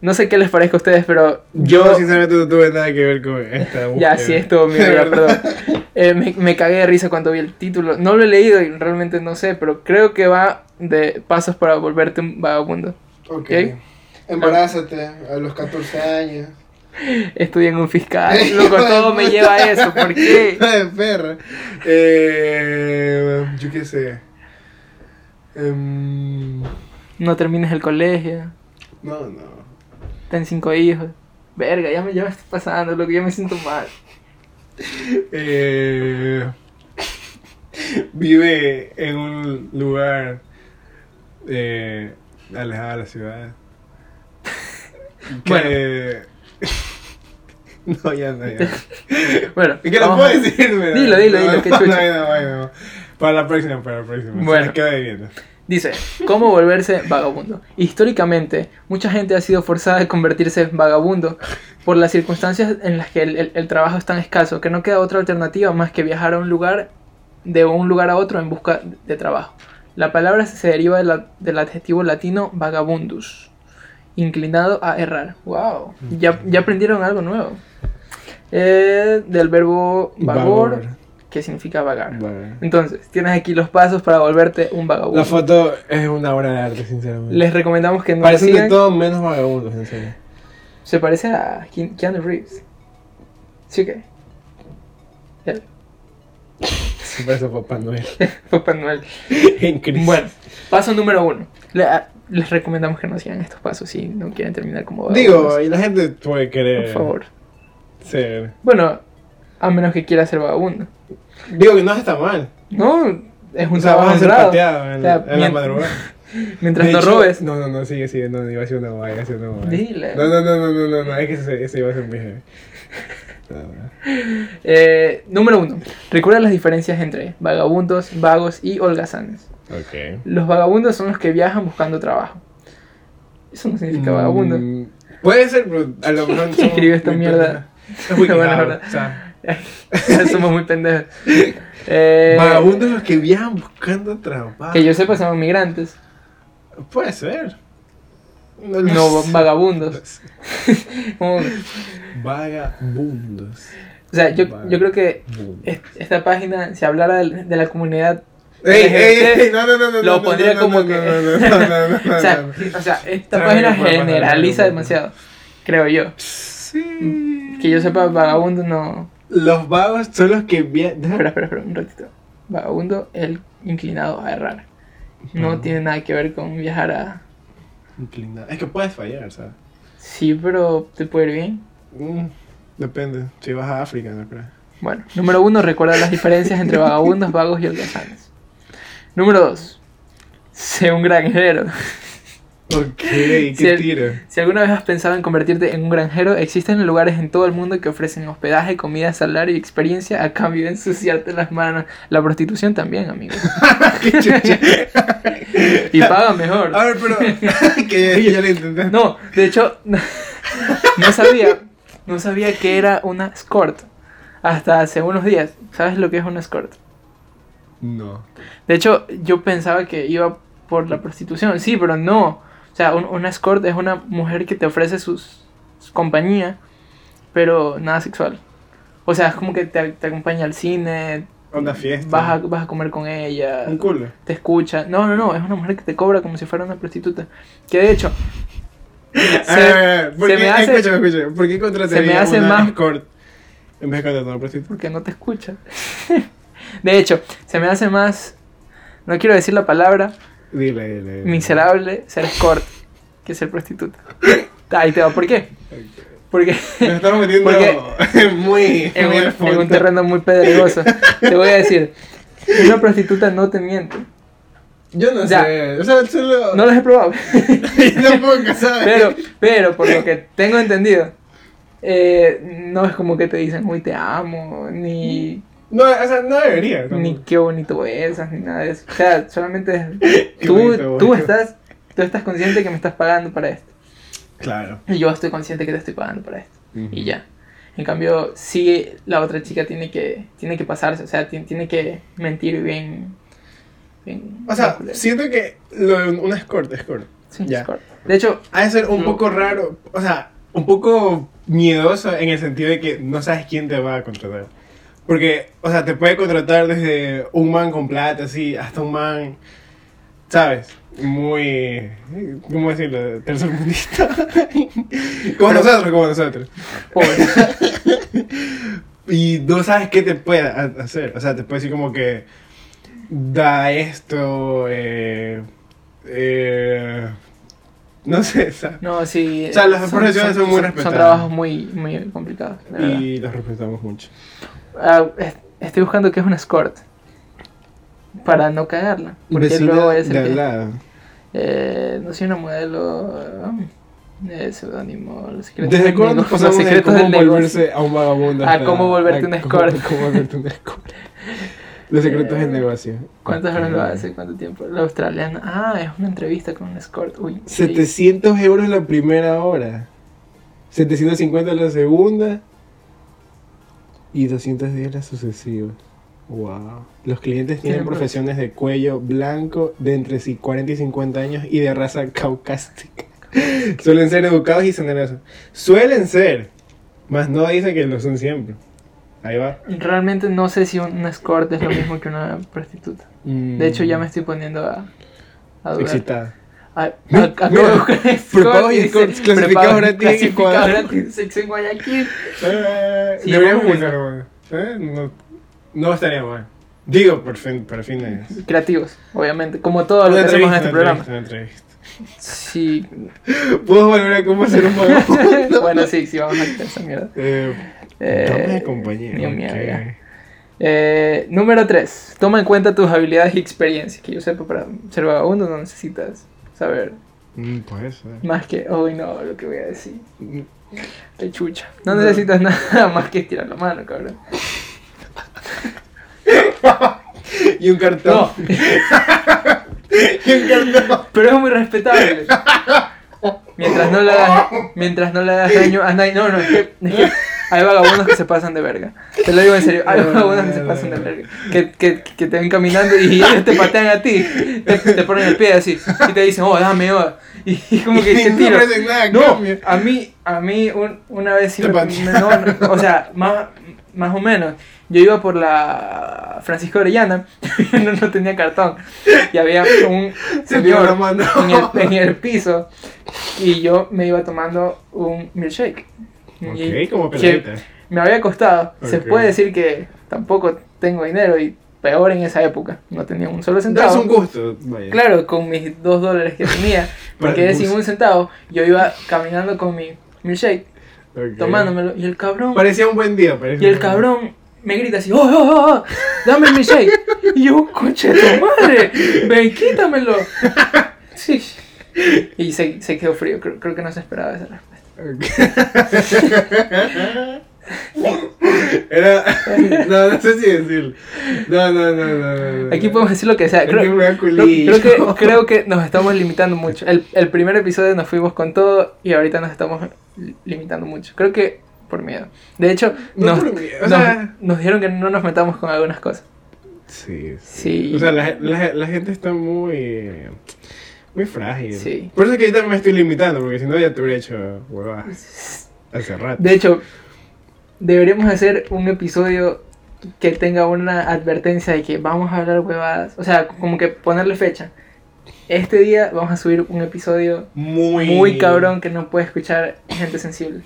Speaker 1: No sé qué les parezca a ustedes, pero
Speaker 2: Yo, sinceramente no tuve nada que ver con esta búsqueda.
Speaker 1: Ya, sí, es todo mío,
Speaker 2: De
Speaker 1: ya,
Speaker 2: verdad.
Speaker 1: perdón. Eh, me, me cagué de risa cuando vi el título. No lo he leído y realmente no sé, pero creo que va de pasos para volverte un vagabundo. ¿Ok?
Speaker 2: Ok. Embarázate a los 14 años.
Speaker 1: Estudié en un fiscal. Loco, todo me lleva a eso. ¿Por qué?
Speaker 2: Hija de perra. Eh, yo qué sé. Em,
Speaker 1: No termines el colegio.
Speaker 2: no, no.
Speaker 1: Ten cinco hijos. Verga, ya me, ya me está pasando, loco, ya me siento mal.
Speaker 2: Eh, vive en un lugar eh, alejado de la ciudad. Que... no, ya no, ya.
Speaker 1: Bueno,
Speaker 2: ¿Qué lo
Speaker 1: vamos a-
Speaker 2: puedo decir? pero-
Speaker 1: Dilo, dilo,
Speaker 2: no,
Speaker 1: dilo, qué
Speaker 2: no,
Speaker 1: chucha.
Speaker 2: no, no, no. Para la próxima, para la próxima.
Speaker 1: Bueno.
Speaker 2: Se me queda viendo.
Speaker 1: Dice, ¿cómo volverse vagabundo? Históricamente, mucha gente ha sido forzada a convertirse en vagabundo por las circunstancias en las que el, el- el trabajo es tan escaso que no queda otra alternativa más que viajar a un lugar, de un lugar a otro en busca de trabajo. La palabra se deriva de la- del adjetivo latino vagabundus, inclinado a errar. ¡Wow!
Speaker 2: Mm.
Speaker 1: Ya, ya aprendieron algo nuevo. Eh, del verbo vagor,
Speaker 2: Vagor.
Speaker 1: que significa vagar.
Speaker 2: Vale.
Speaker 1: Entonces, tienes aquí los pasos para volverte un vagabundo.
Speaker 2: La foto es una obra de arte, sinceramente.
Speaker 1: Les recomendamos que no la
Speaker 2: Parecen de
Speaker 1: sigan.
Speaker 2: todo menos vagabundos, en serio.
Speaker 1: Se parece a Ke- Keanu Reeves. ¿Sí o qué? El
Speaker 2: Se parece a Papá Noel.
Speaker 1: Papá Noel.
Speaker 2: en Cristo.
Speaker 1: Bueno, paso número uno. Le- a- les recomendamos que no sigan estos pasos si no quieren terminar como
Speaker 2: Digo, eh,
Speaker 1: vagabundos.
Speaker 2: y la gente puede
Speaker 1: por
Speaker 2: querer
Speaker 1: favor.
Speaker 2: ser.
Speaker 1: Bueno, a menos que quiera ser vagabundo.
Speaker 2: Digo que no está mal.
Speaker 1: No, es un
Speaker 2: o sea, vas
Speaker 1: trabajo
Speaker 2: a ser
Speaker 1: honrado.
Speaker 2: pateado en,
Speaker 1: O sea,
Speaker 2: en la
Speaker 1: mien-
Speaker 2: madrugada.
Speaker 1: Mientras
Speaker 2: De
Speaker 1: no
Speaker 2: hecho-
Speaker 1: robes.
Speaker 2: No, no, no, sigue, sigue. No, no, iba a ser una guay, iba a ser una guay.
Speaker 1: Dile.
Speaker 2: No, no, no, no, no, no, no, es que ese, ese iba a ser mi jefe. No, no.
Speaker 1: Eh, número uno. Recuerda las diferencias entre vagabundos, vagos y holgazanes.
Speaker 2: Ok.
Speaker 1: Los vagabundos son los que viajan buscando trabajo. Eso no significa vagabundo.
Speaker 2: Mm, Puede ser, pero a lo mejor. somos
Speaker 1: escribió esta
Speaker 2: muy
Speaker 1: mierda?
Speaker 2: pendejas. Es muy
Speaker 1: Bueno, la
Speaker 2: claro.
Speaker 1: verdad.
Speaker 2: O sea,
Speaker 1: Somos muy pendejos. Eh,
Speaker 2: vagabundos los que viajan buscando trabajo.
Speaker 1: Que yo sepa, son migrantes,
Speaker 2: Puede ser. No, lo
Speaker 1: no
Speaker 2: sé.
Speaker 1: vagabundos. Como-
Speaker 2: Vagabundos.
Speaker 1: o sea, yo, yo creo que
Speaker 2: Vagabundos.
Speaker 1: es- esta página, si hablara de, de la comunidad.
Speaker 2: Ey, ey,
Speaker 1: LGBT,
Speaker 2: ey, no, no, no, no,
Speaker 1: lo
Speaker 2: no,
Speaker 1: pondría
Speaker 2: no,
Speaker 1: como
Speaker 2: no,
Speaker 1: que-
Speaker 2: no, no, no, no, no, pues, no,
Speaker 1: o, sea,
Speaker 2: no.
Speaker 1: o sea, esta
Speaker 2: Tranquilo,
Speaker 1: página
Speaker 2: puede pasar,
Speaker 1: generaliza
Speaker 2: tranquilo, puede
Speaker 1: demasiado, creo yo.
Speaker 2: Sí.
Speaker 1: Que yo sepa, vagabundo no.
Speaker 2: Los vagos son los que
Speaker 1: Espera,
Speaker 2: viajan.
Speaker 1: espera, espera, un ratito. Vagabundo, el inclinado a errar. No
Speaker 2: Ujú.
Speaker 1: tiene nada que ver con viajar a.
Speaker 2: Inclinado. Es que puedes fallar, ¿sabes?
Speaker 1: Sí, pero te puede ir bien.
Speaker 2: Mm, depende. Si vas a África, no creo.
Speaker 1: Bueno, número uno, recuerda las diferencias entre vagabundos, vagos y holgazanes. Número dos, sé un granjero.
Speaker 2: Ok, qué
Speaker 1: Si el-
Speaker 2: tiro.
Speaker 1: Si alguna vez has pensado en convertirte en un granjero, existen lugares en todo el mundo que ofrecen hospedaje, comida, salario y experiencia a cambio de ensuciarte las manos. La prostitución también, amigo.
Speaker 2: Qué chucha.
Speaker 1: Y paga mejor.
Speaker 2: A ver, pero. que ya, ya lo intentaste.
Speaker 1: No, de hecho, no sabía, no sabía que era una escort. Hasta hace unos días. ¿Sabes lo que es una escort?
Speaker 2: No.
Speaker 1: De hecho, yo pensaba que iba por la prostitución, sí, pero no. O sea, un- una escort es una mujer que te ofrece sus, su compañía, pero nada sexual. O sea, es como que te, te acompaña al cine,
Speaker 2: A Una fiesta.
Speaker 1: vas a, vas a comer con ella,
Speaker 2: Un culo.
Speaker 1: te escucha. No, no, no, es una mujer que te cobra como si fuera una prostituta. Que de hecho,
Speaker 2: A ver, a
Speaker 1: se,
Speaker 2: ver, a ver, ¿por
Speaker 1: se
Speaker 2: qué-
Speaker 1: me hace-
Speaker 2: Escúchame, escúchame. ¿Por qué contrataría
Speaker 1: se me hace
Speaker 2: una
Speaker 1: más-
Speaker 2: escort en vez de contratar a una prostituta?
Speaker 1: porque no te escucha. de hecho, se me hace más, no quiero decir la palabra,
Speaker 2: Dile, dile. dile.
Speaker 1: miserable ser escort que ser prostituta. Ahí te va, ¿por qué? Porque
Speaker 2: Nos estamos metiendo muy,
Speaker 1: en, un,
Speaker 2: muy al
Speaker 1: en
Speaker 2: fondo.
Speaker 1: un terreno muy pedregoso. Te voy a decir, una prostituta no te miente.
Speaker 2: Yo no
Speaker 1: Ya.
Speaker 2: sé. O sea, solo.
Speaker 1: No las he probado.
Speaker 2: Tampoco, ¿sabes?
Speaker 1: Pero, pero por lo que tengo entendido, eh, no es como que te dicen, uy, te amo, ni,
Speaker 2: No, o sea, no debería. tampoco.
Speaker 1: ni qué bonito besas, ni nada de eso. O sea, solamente es,
Speaker 2: Qué
Speaker 1: tú,
Speaker 2: bonito,
Speaker 1: tú,
Speaker 2: bonito.
Speaker 1: estás, tú estás consciente que me estás pagando para esto.
Speaker 2: Claro.
Speaker 1: Y yo estoy consciente que te estoy pagando para esto. y ya. En cambio, sí, la otra chica tiene que, tiene que pasarse, o sea, ti- tiene que mentir bien. bien
Speaker 2: O sea,
Speaker 1: bien culero.
Speaker 2: siento que lo de un- una escort, escort.
Speaker 1: Sí,
Speaker 2: ya.
Speaker 1: es correcto. De hecho,
Speaker 2: Ha de ser un
Speaker 1: No.
Speaker 2: poco raro, o sea, un poco miedoso en el sentido de que no sabes quién te va a contratar. Porque, o sea, te puede contratar desde un man con plata, así, hasta un man, ¿sabes? Muy, ¿cómo decirlo? Tercermundista. como
Speaker 1: Pero-
Speaker 2: nosotros, como nosotros.
Speaker 1: pobre.
Speaker 2: Y no sabes qué te puede ha- hacer. O sea, te puede decir como que da esto, eh, eh, no sé, ¿sabes?
Speaker 1: No, sí.
Speaker 2: O sea, las profesiones son muy
Speaker 1: Son
Speaker 2: respetadas.
Speaker 1: trabajos muy, muy complicados, la verdad.
Speaker 2: Y los respetamos mucho.
Speaker 1: Ah, es- estoy buscando que es una escort. Para no cagarla. Porque
Speaker 2: Vecina
Speaker 1: luego es el
Speaker 2: de al
Speaker 1: que.
Speaker 2: lado.
Speaker 1: eh, no soy una modelo. Eh, seudónimo. Los secretos
Speaker 2: ¿Desde
Speaker 1: del
Speaker 2: cuándo
Speaker 1: negocio-
Speaker 2: pasamos
Speaker 1: los
Speaker 2: de
Speaker 1: secretos
Speaker 2: cómo
Speaker 1: del negocio.
Speaker 2: volverse a un vagabundo?
Speaker 1: A cómo volverte un
Speaker 2: cómo-
Speaker 1: escort.
Speaker 2: cómo volverte un escort. Los secretos del negocio. Eh,
Speaker 1: ¿Cuántas horas lo hace? ¿Cuánto tiempo? La australiana. Ah, es una entrevista con un escort. Uy, sí.
Speaker 2: 700 euros la primera hora. 750 la segunda. Y 210 las sucesivas. Wow. Los clientes tienen
Speaker 1: Tienen
Speaker 2: profesiones de cuello blanco, de entre sí 40 y 50 años y de raza caucástica. Suelen ser educados y generosos. Suelen ser. Más no dicen que lo son siempre. Ahí va.
Speaker 1: Realmente no sé si un escort es lo mismo que una prostituta.
Speaker 2: Mm.
Speaker 1: De hecho, ya me estoy poniendo a, a dudar.
Speaker 2: Excitada.
Speaker 1: A- a-
Speaker 2: Mira,
Speaker 1: Acabo de buscar escort
Speaker 2: prepago y
Speaker 1: dice,
Speaker 2: escorts,
Speaker 1: prepago,
Speaker 2: clasificado gratis en
Speaker 1: clasificado
Speaker 2: Ecuador.
Speaker 1: gratis, sexo en Guayaquil.
Speaker 2: Eh,
Speaker 1: Sí,
Speaker 2: deberíamos
Speaker 1: vamos a
Speaker 2: buscar, bueno. Eh, No, no estaría mal. Digo, por, fin, por fines.
Speaker 1: Creativos, obviamente, como todo lo que hacemos en
Speaker 2: Una entrevista,
Speaker 1: este
Speaker 2: una
Speaker 1: programa.
Speaker 2: entrevista, una entrevista.
Speaker 1: Sí.
Speaker 2: ¿Puedo volver a cómo hacer un vagabundo?
Speaker 1: bueno, sí, sí, vamos a hacer esa mierda.
Speaker 2: Eh, dame de
Speaker 1: Eh,
Speaker 2: compañía.
Speaker 1: ni mierda.
Speaker 2: ok.
Speaker 1: eh, número 3. Toma en cuenta tus habilidades y experiencias. Que yo sepa, para ser vagabundo no necesitas saber
Speaker 2: Mm, puede ser.
Speaker 1: más que, hoy no, lo que voy a decir.
Speaker 2: Mm,
Speaker 1: Qué chucha. No necesitas nada más que estirar la mano, cabrón.
Speaker 2: Y un cartón.
Speaker 1: No,
Speaker 2: y un cartón.
Speaker 1: pero es muy respetable. Mientras no le hagas, mientras no le hagas daño a nadie. No, no, es que, es que hay vagabundos que se pasan de verga. Te lo digo en serio, hay vagabundos que se pasan de verga. Que, que, que te ven caminando y ellos te patean a ti. Te, te ponen el pie así y te dicen, oh, dame, oh. Y, y como que ¿qué
Speaker 2: no
Speaker 1: tiro.
Speaker 2: ofrecen nada a
Speaker 1: No,
Speaker 2: cambio.
Speaker 1: a mí, a mí un- una vez sí
Speaker 2: Te
Speaker 1: me,
Speaker 2: patearon.
Speaker 1: me- no, no, O sea, más, más o menos. Yo iba por la Francisco Orellana, no, no tenía cartón. Y había un
Speaker 2: Se tiró la
Speaker 1: señor
Speaker 2: mano.
Speaker 1: en el, en el piso. Y yo me iba tomando un milkshake. Y
Speaker 2: Ok, como
Speaker 1: que
Speaker 2: peladita.
Speaker 1: me había costado. Se
Speaker 2: Ok.
Speaker 1: puede decir que tampoco tengo dinero y peor en esa época. No tenía un solo
Speaker 2: Das
Speaker 1: centavo.
Speaker 2: un gusto. Vaya.
Speaker 1: Claro, con mis dos dólares que tenía,
Speaker 2: Eh. Para el
Speaker 1: me quedé sin
Speaker 2: bus.
Speaker 1: un centavo. Yo iba caminando con mi milkshake,
Speaker 2: Ok.
Speaker 1: tomándomelo. Y el cabrón,
Speaker 2: Parecía un buen día. parecía
Speaker 1: y el
Speaker 2: un buen
Speaker 1: cabrón me grita así: ¡Oh, oh, oh! oh dame el milkshake! Y yo, coche de tu madre, ven, quítamelo. Sí. Y se, se quedó frío, creo, creo que no se esperaba esa respuesta.
Speaker 2: Ok. Era. No, no sé si decir. No, no, no, no. no, no.
Speaker 1: Aquí podemos decir lo que sea.
Speaker 2: Es que
Speaker 1: Creo,
Speaker 2: me da
Speaker 1: creo-
Speaker 2: culillo.
Speaker 1: creo que, creo que nos estamos limitando mucho. El, el primer episodio nos fuimos con todo y ahorita nos estamos li- limitando mucho. Creo que por miedo. De hecho,
Speaker 2: No
Speaker 1: nos,
Speaker 2: por miedo, o
Speaker 1: nos-
Speaker 2: sea-
Speaker 1: nos dijeron que no nos metamos con algunas cosas.
Speaker 2: Sí,
Speaker 1: Sí.
Speaker 2: O sea, la, la- la gente está muy. Muy frágil.
Speaker 1: Sí.
Speaker 2: Por eso es que yo también me estoy limitando, porque si no ya te hubiera hecho huevadas. Hace rato.
Speaker 1: De hecho, deberíamos hacer un episodio que tenga una advertencia de que vamos a hablar huevadas. O sea, como que ponerle fecha. Este día vamos a subir un episodio
Speaker 2: Muy.
Speaker 1: muy cabrón que no puede escuchar gente sensible.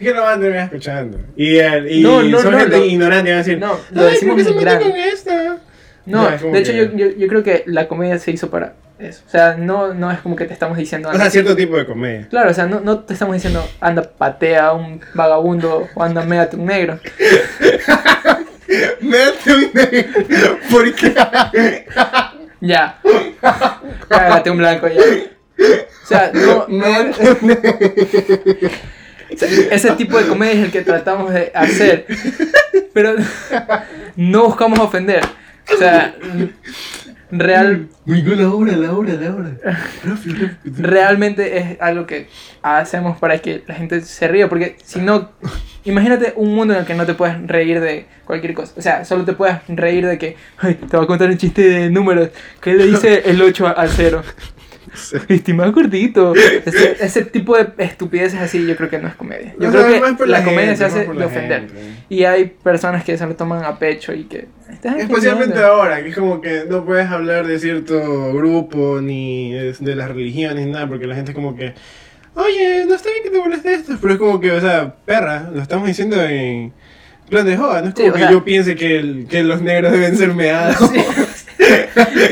Speaker 2: Es que no van a terminar escuchando. Y, el- y
Speaker 1: No, no,
Speaker 2: son
Speaker 1: no,
Speaker 2: gente
Speaker 1: lo-
Speaker 2: ignorante y van a decir.
Speaker 1: No,
Speaker 2: "Ay,
Speaker 1: lo decimos
Speaker 2: ¿por qué se
Speaker 1: en
Speaker 2: meten
Speaker 1: grande.
Speaker 2: con esta?
Speaker 1: No,
Speaker 2: Ya, es como
Speaker 1: de hecho
Speaker 2: que-
Speaker 1: yo, yo, yo creo que la comedia se hizo para eso. O sea, no, no es como que te estamos diciendo...
Speaker 2: O
Speaker 1: anda-
Speaker 2: sea, cierto tipo de comedia.
Speaker 1: Claro, o sea, no, no te estamos diciendo anda patea a un vagabundo o anda mégate un negro.
Speaker 2: Mete un negro. ¿Por qué?
Speaker 1: Ya. Cágate un blanco ya. O sea, no, no-
Speaker 2: Mete un negro.
Speaker 1: o sea, ese tipo de comedia es el que tratamos de hacer. Pero no buscamos ofender. O sea, real,
Speaker 2: Uy, la hora, la hora, la hora. Rápido, rápido.
Speaker 1: realmente es algo que hacemos para que la gente se ría, porque si no, imagínate un mundo en el que no te puedes reír de cualquier cosa, o sea, solo te puedes reír de que, "Ay, te voy a contar un chiste de números, que le dice el 8 a- al 0? Estimado gordito, ese, ese tipo de estupideces así yo creo que no es comedia. Yo
Speaker 2: O sea,
Speaker 1: creo
Speaker 2: más
Speaker 1: que
Speaker 2: por
Speaker 1: la,
Speaker 2: la
Speaker 1: comedia
Speaker 2: gente,
Speaker 1: se hace
Speaker 2: más por
Speaker 1: de
Speaker 2: la
Speaker 1: ofender.
Speaker 2: gente.
Speaker 1: Y hay personas que se lo toman a pecho y que... "Estás
Speaker 2: Especialmente
Speaker 1: ofendiendo".
Speaker 2: ahora, que es como que no puedes hablar de cierto grupo, ni de de las religiones, ni nada, porque la gente es como que, oye, no está bien que te moleste de esto, pero es como que, o sea, perra, lo estamos diciendo en plan de joda, no es
Speaker 1: Sí,
Speaker 2: como
Speaker 1: o
Speaker 2: que
Speaker 1: sea-
Speaker 2: yo piense que, el- que los negros deben ser meados.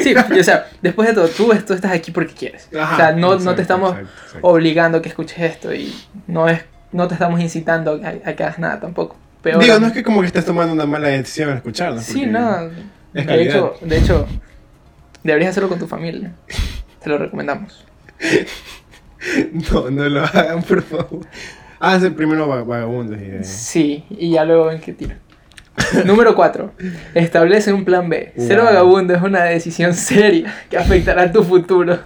Speaker 1: Sí, o sea, después de todo, tú, tú estás aquí porque quieres.
Speaker 2: Ajá,
Speaker 1: o sea, no, no
Speaker 2: exacto,
Speaker 1: te estamos
Speaker 2: exacto, exacto.
Speaker 1: obligando a que escuches esto y no es no te estamos incitando a, a que hagas nada tampoco. Peor
Speaker 2: Digo,
Speaker 1: aún.
Speaker 2: no es que como que estás tomando una mala decisión al escucharnos.
Speaker 1: Sí,
Speaker 2: porque-
Speaker 1: no.
Speaker 2: es
Speaker 1: de,
Speaker 2: calidad.
Speaker 1: hecho, de hecho, deberías hacerlo con tu familia. Te lo recomendamos.
Speaker 2: No, no lo hagan, Ah, por favor. Háganse primero va- vagabundos. y de-
Speaker 1: Sí, y ya luego ven qué tira. Número 4. Establece un plan B. Ser
Speaker 2: Wow.
Speaker 1: vagabundo es una decisión seria que afectará tu futuro.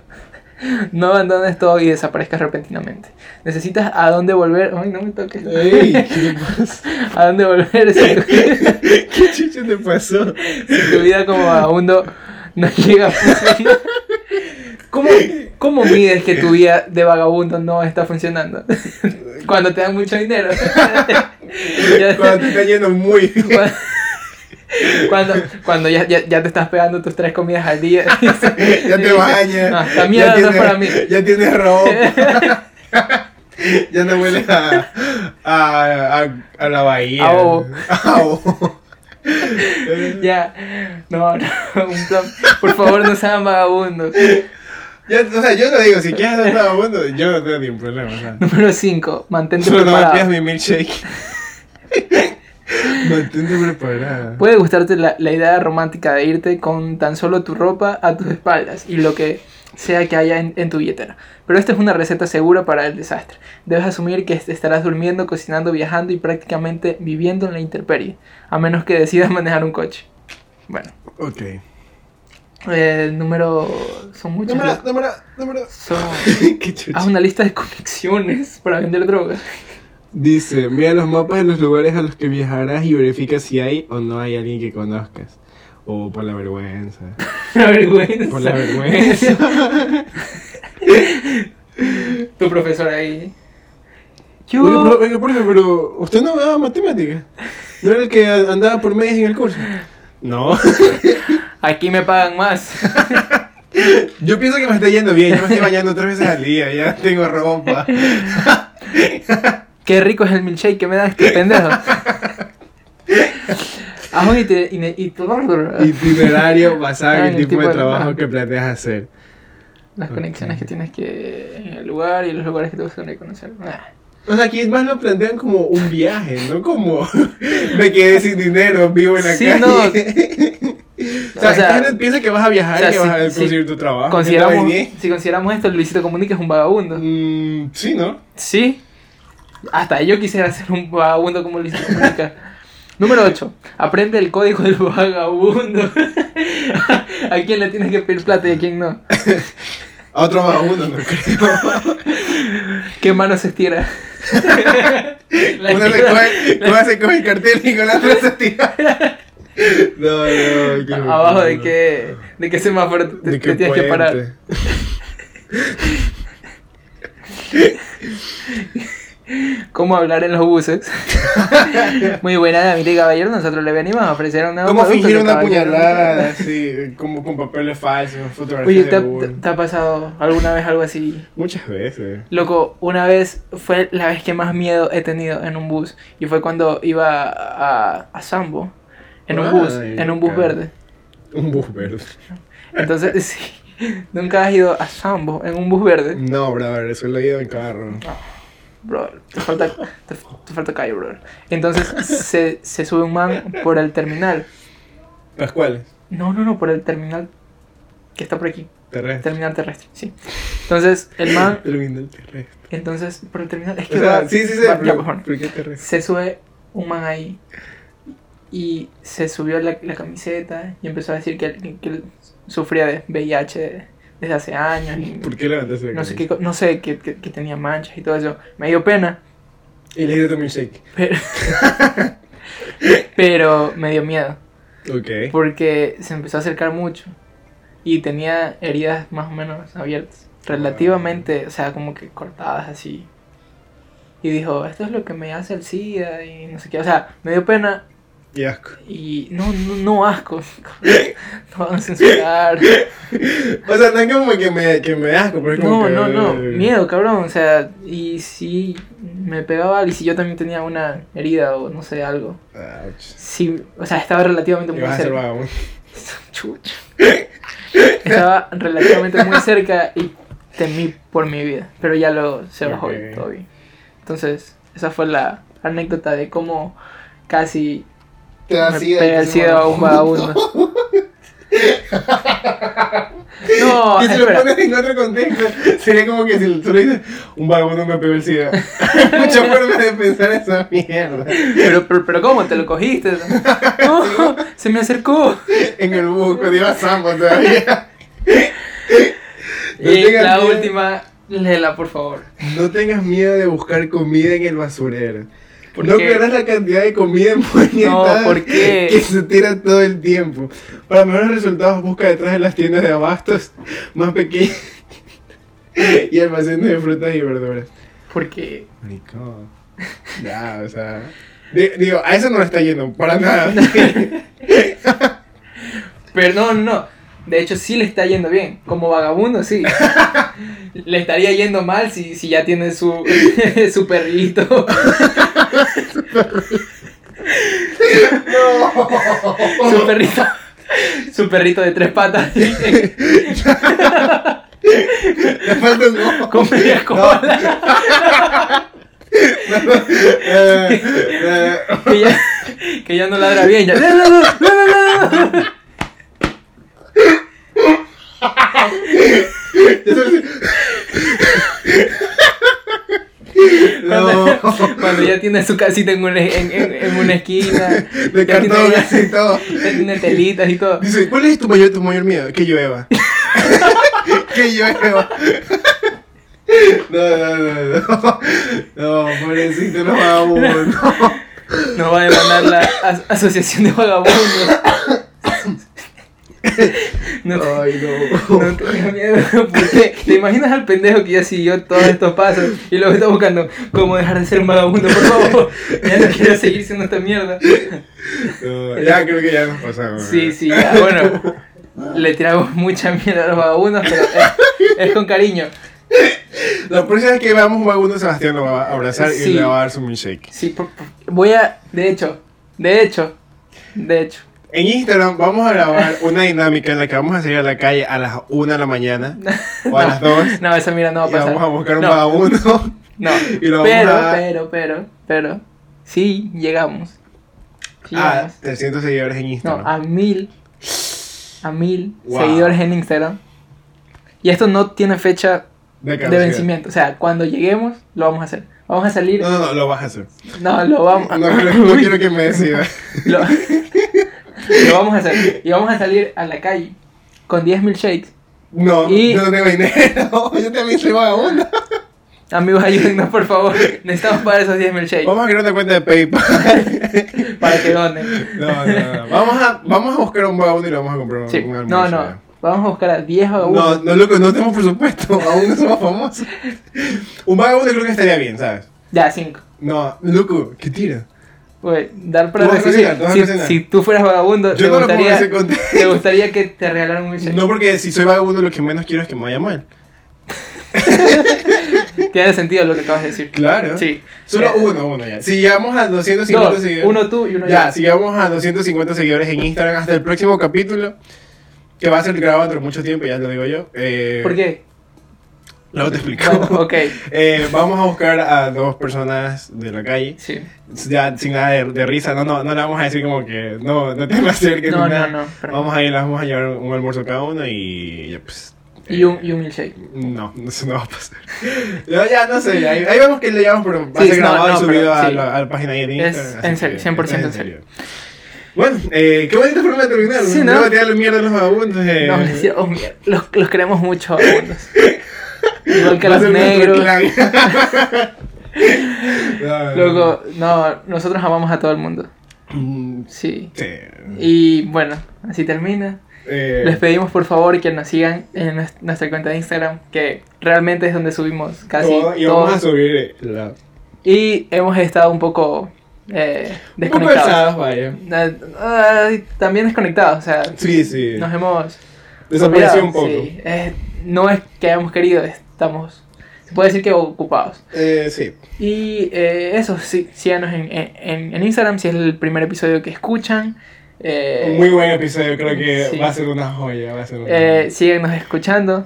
Speaker 1: No abandones todo y desaparezcas repentinamente. Necesitas a dónde volver. Ay, no me toques.
Speaker 2: Ey, ¿qué te pasa?
Speaker 1: a dónde volver si tu,
Speaker 2: ¿Qué chicho te pasó?
Speaker 1: si tu vida como vagabundo no llega a funcionar. ¿Cómo, ¿Cómo mides que tu vida de vagabundo no está funcionando? Cuando te dan mucho dinero. Ya-
Speaker 2: Cuando te está yendo muy bien.
Speaker 1: Cuando- Cuando, cuando ya, ya, ya te estás pegando tus tres comidas al día.
Speaker 2: Ya te bañas.
Speaker 1: Ah, la
Speaker 2: ya
Speaker 1: mierda no es
Speaker 2: tienes- Oh.
Speaker 1: para mí.
Speaker 2: Ya tienes ropa. ya no hueles a, a, a, a la bahía.
Speaker 1: A bobo.
Speaker 2: A bobo.
Speaker 1: Ya. No, no. un plan- Por favor, no sean vagabundos.
Speaker 2: Ya, o sea, yo no digo, si quieres hacer nada bueno, yo no tengo ningún problema. o sea.
Speaker 1: Número 5. Mantente
Speaker 2: Solo no me pidas
Speaker 1: preparado.
Speaker 2: mi milkshake. Mantente preparada.
Speaker 1: Puede gustarte la, la idea romántica de irte con tan solo tu ropa a tus espaldas y lo que sea que haya en, en tu billetera. Pero esta es una receta segura para el desastre. Debes asumir que est- estarás durmiendo, cocinando, viajando y prácticamente viviendo en la intemperie. A menos que decidas manejar un coche. Bueno.
Speaker 2: Ok.
Speaker 1: El número. Son muchos.
Speaker 2: Número,
Speaker 1: ¿no?
Speaker 2: número, número.
Speaker 1: Son.
Speaker 2: Qué chucha.
Speaker 1: Haz una lista de conexiones para vender drogas.
Speaker 2: Dice, mira los mapas de los lugares a los que viajarás y verifica si hay o no hay alguien que conozcas. O por la vergüenza.
Speaker 1: La vergüenza.
Speaker 2: Por la vergüenza.
Speaker 1: tu profesor ahí. Yo.
Speaker 2: Oye, pero, eh, oiga, profe, pero usted no daba matemáticas. ¿No era el que a- andaba por medias en el curso? No.
Speaker 1: Aquí me pagan más.
Speaker 2: Yo pienso que me está yendo bien. Yo me estoy bañando tres veces al día. Ya tengo ropa.
Speaker 1: Qué rico es el milkshake que me das, qué pendejo. Haz un iti- ine- iti-
Speaker 2: Itinerario basado
Speaker 1: Ah,
Speaker 2: en el tipo de trabajo
Speaker 1: ajá.
Speaker 2: que planteas hacer.
Speaker 1: Las conexiones que tienes que. en el lugar y los lugares que te gustaría conocer. Ah.
Speaker 2: O sea, aquí más lo plantean como un viaje, no como me quedé sin dinero, vivo en la
Speaker 1: Sí,
Speaker 2: calle.
Speaker 1: no. O
Speaker 2: o sea,
Speaker 1: sea,
Speaker 2: esta gente piensa que vas a viajar
Speaker 1: o sea,
Speaker 2: y que vas a
Speaker 1: sí,
Speaker 2: conseguir tu trabajo.
Speaker 1: Consideramos,
Speaker 2: ¿Qué tal,
Speaker 1: si consideramos esto, Luisito Comunica es un vagabundo.
Speaker 2: Mmm, sí, ¿no?
Speaker 1: Sí. Hasta yo quisiera ser un vagabundo como Luis Comunica. Número 8. Aprende el código del vagabundo. a quién le tienes que pedir plata y a quién no.
Speaker 2: A otro vagabundo, no creo.
Speaker 1: ¿Qué mano se estira? La
Speaker 2: Uno se
Speaker 1: estira.
Speaker 2: coge, uno se coge el cartel y con la otra se tira. No, no, qué
Speaker 1: Abajo de
Speaker 2: locura.
Speaker 1: qué, de qué semáforo te,
Speaker 2: ¿De
Speaker 1: te
Speaker 2: qué
Speaker 1: tienes que parar.
Speaker 2: puente?
Speaker 1: ¿Cómo hablar en los buses? Muy buena, damas y caballero. Nosotros le venimos a ofrecer una.
Speaker 2: ¿Cómo fingir una puñalada así, como con papeles falsos, fotografías
Speaker 1: Oye, ¿te
Speaker 2: de
Speaker 1: ha-
Speaker 2: Google?
Speaker 1: te ha pasado alguna vez algo así?
Speaker 2: Muchas veces.
Speaker 1: Loco, una vez fue la vez que más miedo he tenido en un bus. Y fue cuando iba a, a Sambo. En un
Speaker 2: Ay,
Speaker 1: bus, en un bus
Speaker 2: cara.
Speaker 1: verde.
Speaker 2: Un bus verde.
Speaker 1: Entonces, sí. Nunca has ido a Sambo en un bus verde.
Speaker 2: No, brother, eso lo he ido en carro.
Speaker 1: Bro, te falta, te, te falta callo, bro. Entonces, se, se sube un man por el terminal.
Speaker 2: ¿Las cuales?
Speaker 1: No, no, no, por el terminal que está por aquí.
Speaker 2: Terrestre.
Speaker 1: Terminal terrestre, sí. Entonces, el man.
Speaker 2: Terminal terrestre.
Speaker 1: Entonces, por el terminal. Es
Speaker 2: O
Speaker 1: que
Speaker 2: sea,
Speaker 1: va-
Speaker 2: sí, sí, sí.
Speaker 1: va- ya,
Speaker 2: pero,
Speaker 1: por favor.
Speaker 2: ¿Por qué terrestre?
Speaker 1: se sube un man ahí y se subió la, la camiseta y empezó a decir que, que- que él sufría de VIH desde hace años y
Speaker 2: ¿Por qué levantaste la
Speaker 1: no sé qué
Speaker 2: camisa?
Speaker 1: co- no sé que, que- que tenía manchas y todo eso me dio pena
Speaker 2: Y le diste tu milkshake.
Speaker 1: pero pero me dio miedo
Speaker 2: Ok.
Speaker 1: porque se empezó a acercar mucho y tenía heridas más o menos abiertas relativamente o sea como que cortadas así y dijo esto es lo que me hace el SIDA y no sé qué o sea me dio pena
Speaker 2: Y asco.
Speaker 1: Y no, no, no asco. No van a censurar.
Speaker 2: O sea, no es como que me, que me da asco, pero es como
Speaker 1: No,
Speaker 2: que... eh,
Speaker 1: no, no. Miedo, cabrón. O sea, y si me pegaba y si yo también tenía una herida o no sé, algo.
Speaker 2: Ouch.
Speaker 1: Sí, o sea, estaba relativamente
Speaker 2: Y
Speaker 1: muy
Speaker 2: vas a ser
Speaker 1: cerca.
Speaker 2: vagabundo.
Speaker 1: Chucha. Estaba relativamente muy cerca y temí por mi vida. Pero ya lo se bajó
Speaker 2: Ok.
Speaker 1: y todo bien. Entonces, esa fue la anécdota de cómo casi
Speaker 2: Te da
Speaker 1: Me
Speaker 2: sida y
Speaker 1: pega
Speaker 2: te
Speaker 1: el
Speaker 2: hace
Speaker 1: SIDA a un vagabundo. No, No,
Speaker 2: y si lo
Speaker 1: Ah, espera.
Speaker 2: pones en otro contexto, sería como que si tú le dices, un vagabundo me pegó el SIDA. Hay Muchas formas de pensar esa mierda.
Speaker 1: Pero, pero, pero ¿cómo? ¿Te lo cogiste? No, se me acercó.
Speaker 2: En el bus, cuando iba a Sambo todavía. No
Speaker 1: Y
Speaker 2: tengas
Speaker 1: la
Speaker 2: miedo-
Speaker 1: última, léela, por favor.
Speaker 2: No tengas miedo de buscar comida en el basurero.
Speaker 1: ¿Por
Speaker 2: no
Speaker 1: qué?
Speaker 2: creerás la cantidad de comida empoñetada
Speaker 1: No, ¿por qué?
Speaker 2: que se tira todo el tiempo. Para mejores resultados, busca detrás de las tiendas de abastos más pequeñas y almacenes de frutas y verduras.
Speaker 1: Porque
Speaker 2: Marico. Ya, o sea. di- Digo, a eso no le está yendo, para nada.
Speaker 1: Pero no, no, no. De hecho, sí le está yendo bien. Como vagabundo, sí. le estaría yendo mal si, si ya tiene su, su perrito. su perrito. Su perrito de tres patas.
Speaker 2: Le falta un ojo.
Speaker 1: Con media cola.
Speaker 2: Eh, eh,
Speaker 1: Que, ya, que ya no ladra bien. ya. No, no, no, no, no, no.
Speaker 2: no.
Speaker 1: Cuando, cuando ya tiene su casita en una, en, en- en una esquina.
Speaker 2: De
Speaker 1: Ya tiene-
Speaker 2: cartón así todo.
Speaker 1: ya tiene telitas y todo.
Speaker 2: Dice, ¿cuál es tu mayor, tu mayor miedo? Que llueva. que llueva. No, no, no, no. No, pobrecito, no vamos. No.
Speaker 1: Nos va a demandar la as- asociación de vagabundos. No, te-
Speaker 2: Ay, no.
Speaker 1: no tengas miedo, porque te imaginas al pendejo que ya siguió todos estos pasos y luego está buscando cómo dejar de ser un vagabundo, por favor. Ya no quiero seguir siendo esta mierda.
Speaker 2: No, ya creo que ya nos pasamos.
Speaker 1: Sí, sí, ya, bueno. Le tiramos mucha mierda a los vagabundos, pero es, es con cariño.
Speaker 2: La próxima vez que veamos un vagabundo, Sebastián lo va a abrazar y
Speaker 1: Sí.
Speaker 2: le va a dar su milkshake.
Speaker 1: Sí, por- por- voy a. De hecho, de hecho, de hecho.
Speaker 2: En Instagram vamos a grabar una dinámica en la que vamos a salir a la calle a las 1 de la mañana o a las 2
Speaker 1: No, esa mira no va a
Speaker 2: y
Speaker 1: pasar.
Speaker 2: vamos a buscar un
Speaker 1: No.
Speaker 2: vagabundo.
Speaker 1: No,
Speaker 2: Y lo
Speaker 1: pero,
Speaker 2: vamos a-
Speaker 1: pero, pero, pero, sí, llegamos. Sí,
Speaker 2: A
Speaker 1: llegamos.
Speaker 2: 300 Ah, seguidores en
Speaker 1: No, ah,
Speaker 2: Instagram.
Speaker 1: a mil, a mil
Speaker 2: Wow.
Speaker 1: seguidores en Instagram. Y esto no tiene fecha de
Speaker 2: caducidad.
Speaker 1: vencimiento. O sea, cuando lleguemos, lo vamos a hacer. Vamos a salir.
Speaker 2: No, no, no, lo vas a hacer.
Speaker 1: No, lo vamos
Speaker 2: No, creo- no quiero que me decida.
Speaker 1: lo... lo vamos a hacer. Y vamos a salir a la calle con 10 mil shakes.
Speaker 2: No,
Speaker 1: Y-
Speaker 2: yo no tengo dinero. Yo también soy vagabundo.
Speaker 1: Amigos, ayúdennos, por favor. Necesitamos pagar esos 10 mil shakes
Speaker 2: Vamos a crear una cuenta de PayPal.
Speaker 1: para que donen.
Speaker 2: No, no, no. Vamos a, vamos a buscar un vagabundo y le vamos a comprar un,
Speaker 1: Sí.
Speaker 2: un
Speaker 1: No,
Speaker 2: almuerzo.
Speaker 1: no. Vamos a buscar a 10
Speaker 2: No,
Speaker 1: vagabundos.
Speaker 2: no, loco, no tenemos presupuesto. Aún no somos famosos. Un vagabundo creo que estaría bien, ¿sabes?
Speaker 1: Ya, 5.
Speaker 2: No, loco, ¿qué tira?
Speaker 1: Güey, dar para
Speaker 2: Tú vas a
Speaker 1: recibir.
Speaker 2: cocinar, tú vas a
Speaker 1: si,
Speaker 2: cocinar.
Speaker 1: si tú fueras vagabundo,
Speaker 2: Yo
Speaker 1: te,
Speaker 2: no lo pongo en
Speaker 1: gustaría,
Speaker 2: ese contexto.
Speaker 1: te gustaría que te regalaran un milkshake.
Speaker 2: No, porque si soy vagabundo, lo que menos quiero es que me vaya mal.
Speaker 1: Tiene sentido lo que acabas de decir.
Speaker 2: Claro.
Speaker 1: Sí.
Speaker 2: Solo
Speaker 1: Eh,
Speaker 2: uno, uno ya. Si llegamos a 250
Speaker 1: dos,
Speaker 2: seguidores.
Speaker 1: uno tú y uno
Speaker 2: Ya,
Speaker 1: yo.
Speaker 2: si llegamos a 250 seguidores en Instagram hasta el próximo capítulo, que va a ser grabado dentro de mucho tiempo, ya lo digo yo. Eh,
Speaker 1: ¿Por qué?
Speaker 2: Luego te explico.
Speaker 1: Bueno, ok.
Speaker 2: Eh, vamos a buscar a dos personas de la calle,
Speaker 1: Sí.
Speaker 2: ya sin nada de, de risa, no, no, no le vamos a decir como que no, no te me acerques.
Speaker 1: No,
Speaker 2: ni nada.
Speaker 1: no, no, pero-
Speaker 2: Vamos a ir, las vamos a llevar un almuerzo cada uno y ya pues.
Speaker 1: Y un, y un milkshake.
Speaker 2: No, eso no va a pasar. No, ya, no sé, ahí, ahí vemos que le llevamos, pero va a
Speaker 1: Sí,
Speaker 2: ser
Speaker 1: no,
Speaker 2: grabado
Speaker 1: no,
Speaker 2: y subido
Speaker 1: pero
Speaker 2: a,
Speaker 1: sí.
Speaker 2: la, a la página ahí
Speaker 1: Es
Speaker 2: de Instagram. así
Speaker 1: en serio,
Speaker 2: que
Speaker 1: 100%
Speaker 2: está
Speaker 1: en
Speaker 2: Bueno, eh, qué bonita forma de terminar.
Speaker 1: Sí,
Speaker 2: no
Speaker 1: ¿no?
Speaker 2: voy a tirar la mierda a los vagabundos. Eh.
Speaker 1: No, les digo, oh, mierda, los, los queremos mucho vagabundos. Igual que
Speaker 2: Va a
Speaker 1: los
Speaker 2: ser nuestro
Speaker 1: negros.
Speaker 2: clan. No, no, no.
Speaker 1: Luego, no, nosotros amamos a todo el mundo.
Speaker 2: Mm,
Speaker 1: Sí.
Speaker 2: Sí.
Speaker 1: Y bueno, así termina.
Speaker 2: Eh,
Speaker 1: Les pedimos por favor que nos sigan en nues- nuestra cuenta de Instagram, que realmente es donde subimos casi
Speaker 2: todo,
Speaker 1: todo.
Speaker 2: y vamos a subir eh, la.
Speaker 1: Y hemos estado un poco eh,
Speaker 2: Un poco
Speaker 1: desconectados.
Speaker 2: pesadas, vaya.
Speaker 1: Eh, eh, también desconectados, o sea,
Speaker 2: Sí, sí.
Speaker 1: nos hemos olvidado,
Speaker 2: Desapareció un poco.
Speaker 1: sí. Eh, no es que hayamos querido, estamos, se puede decir que ocupados.
Speaker 2: Eh, sí.
Speaker 1: Y eh, eso, sí, síganos en, en- en Instagram, si es el primer episodio que escuchan. Eh,
Speaker 2: Un muy buen episodio, creo que
Speaker 1: sí.
Speaker 2: va a ser una joya. Va a ser una
Speaker 1: Eh, síguenos escuchando.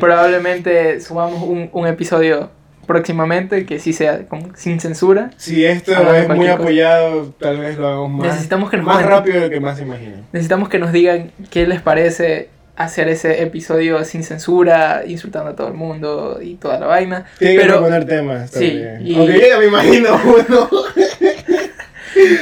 Speaker 1: Probablemente subamos un, un episodio próximamente que sí sea con- sin censura.
Speaker 2: Si esto
Speaker 1: Hablando
Speaker 2: es muy
Speaker 1: cualquier cosa.
Speaker 2: apoyado, tal vez lo hagamos más,
Speaker 1: Necesitamos que nos
Speaker 2: más
Speaker 1: cuenten.
Speaker 2: rápido de lo que más se imaginan.
Speaker 1: Necesitamos que nos digan qué les parece hacer ese episodio sin censura, insultando a todo el mundo y toda la vaina.
Speaker 2: Tiene que
Speaker 1: pero,
Speaker 2: proponer temas
Speaker 1: sí,
Speaker 2: también.
Speaker 1: y-
Speaker 2: Aunque yo ya me imagino uno.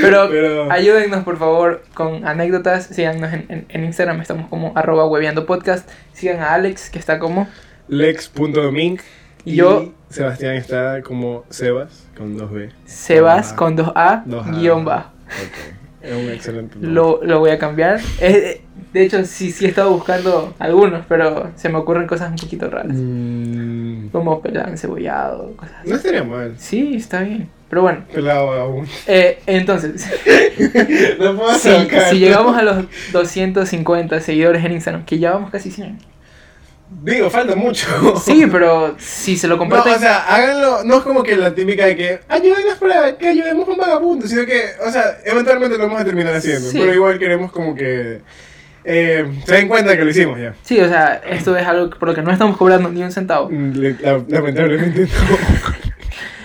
Speaker 1: pero,
Speaker 2: Pero-
Speaker 1: ayúdennos por favor con anécdotas, síganos en, en- en Instagram, estamos como arroba hueveando podcast, sigan a Alex que está como
Speaker 2: Lex.domink.
Speaker 1: Y yo-
Speaker 2: Sebastián está como Sebas, con 2B.
Speaker 1: Sebas
Speaker 2: Ah,
Speaker 1: con 2A,
Speaker 2: 2A.
Speaker 1: guión bajo.
Speaker 2: Ok. Es un excelente nombre.
Speaker 1: Lo, lo voy a cambiar. Eh, eh, de hecho, sí, sí he estado buscando algunos, pero se me ocurren cosas un poquito raras.
Speaker 2: Mm,
Speaker 1: Como pelado encebollado, cosas así.
Speaker 2: no estaría mal.
Speaker 1: Sí, está bien. Pero bueno,
Speaker 2: Pelado aún.
Speaker 1: eh, entonces,
Speaker 2: No puedo
Speaker 1: si,
Speaker 2: sacar.
Speaker 1: si llegamos a los 250 seguidores en Instagram, que ya vamos casi 100.
Speaker 2: Digo, falta mucho.
Speaker 1: Sí, pero si se lo
Speaker 2: No,
Speaker 1: comparten...
Speaker 2: o sea, háganlo, no es como que la típica de que ayúdenos para que ayudemos a un vagabundo, sino que, o sea, eventualmente lo vamos a terminar haciendo,
Speaker 1: Sí.
Speaker 2: pero igual queremos como que eh, se den cuenta que lo hicimos ya.
Speaker 1: Sí, o sea, esto es algo que- por lo que no estamos cobrando ni un centavo.
Speaker 2: Mm, le- la- Lamentablemente no.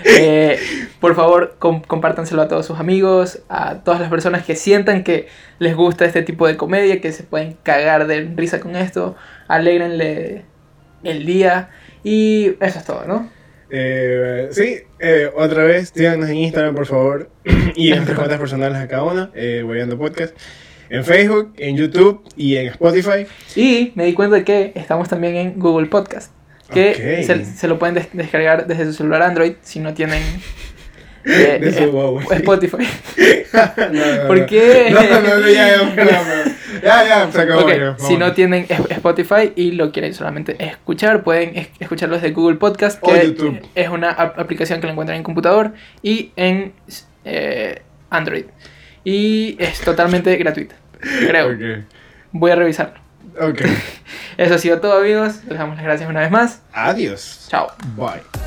Speaker 1: Eh, por favor, com- compártanselo a todos sus amigos, a todas las personas que sientan que les gusta este tipo de comedia, que se pueden cagar de risa con esto. Alégrenle el día. Y eso es todo, ¿no?
Speaker 2: Eh, sí, eh, otra vez, síganos en Instagram, por favor, y en nuestras cuentas personales a cada una, eh, Hueveando Podcast, en Facebook, en YouTube y en Spotify.
Speaker 1: Y me di cuenta de que estamos también en Google Podcast. Que
Speaker 2: Ok.
Speaker 1: se, se lo pueden des- descargar desde su celular Android si no tienen eh,
Speaker 2: De su
Speaker 1: eh,
Speaker 2: Huawei.
Speaker 1: Spotify.
Speaker 2: No, no, no.
Speaker 1: ¿Por qué?
Speaker 2: No, no, no, ya, ya, ya, ya, ya, se acabó.
Speaker 1: Ok,
Speaker 2: ya, vamos.
Speaker 1: si no tienen es- Spotify y lo quieren solamente escuchar, pueden es- escucharlo desde Google Podcast,
Speaker 2: O
Speaker 1: que
Speaker 2: YouTube.
Speaker 1: es una ap- aplicación que lo encuentran en computador y en eh, Android. Y es totalmente gratuita, creo.
Speaker 2: Ok.
Speaker 1: Voy a revisarlo.
Speaker 2: Okay.
Speaker 1: Eso ha sido todo, amigos. Les damos las gracias una vez más.
Speaker 2: Adiós.
Speaker 1: Chao.
Speaker 2: Bye.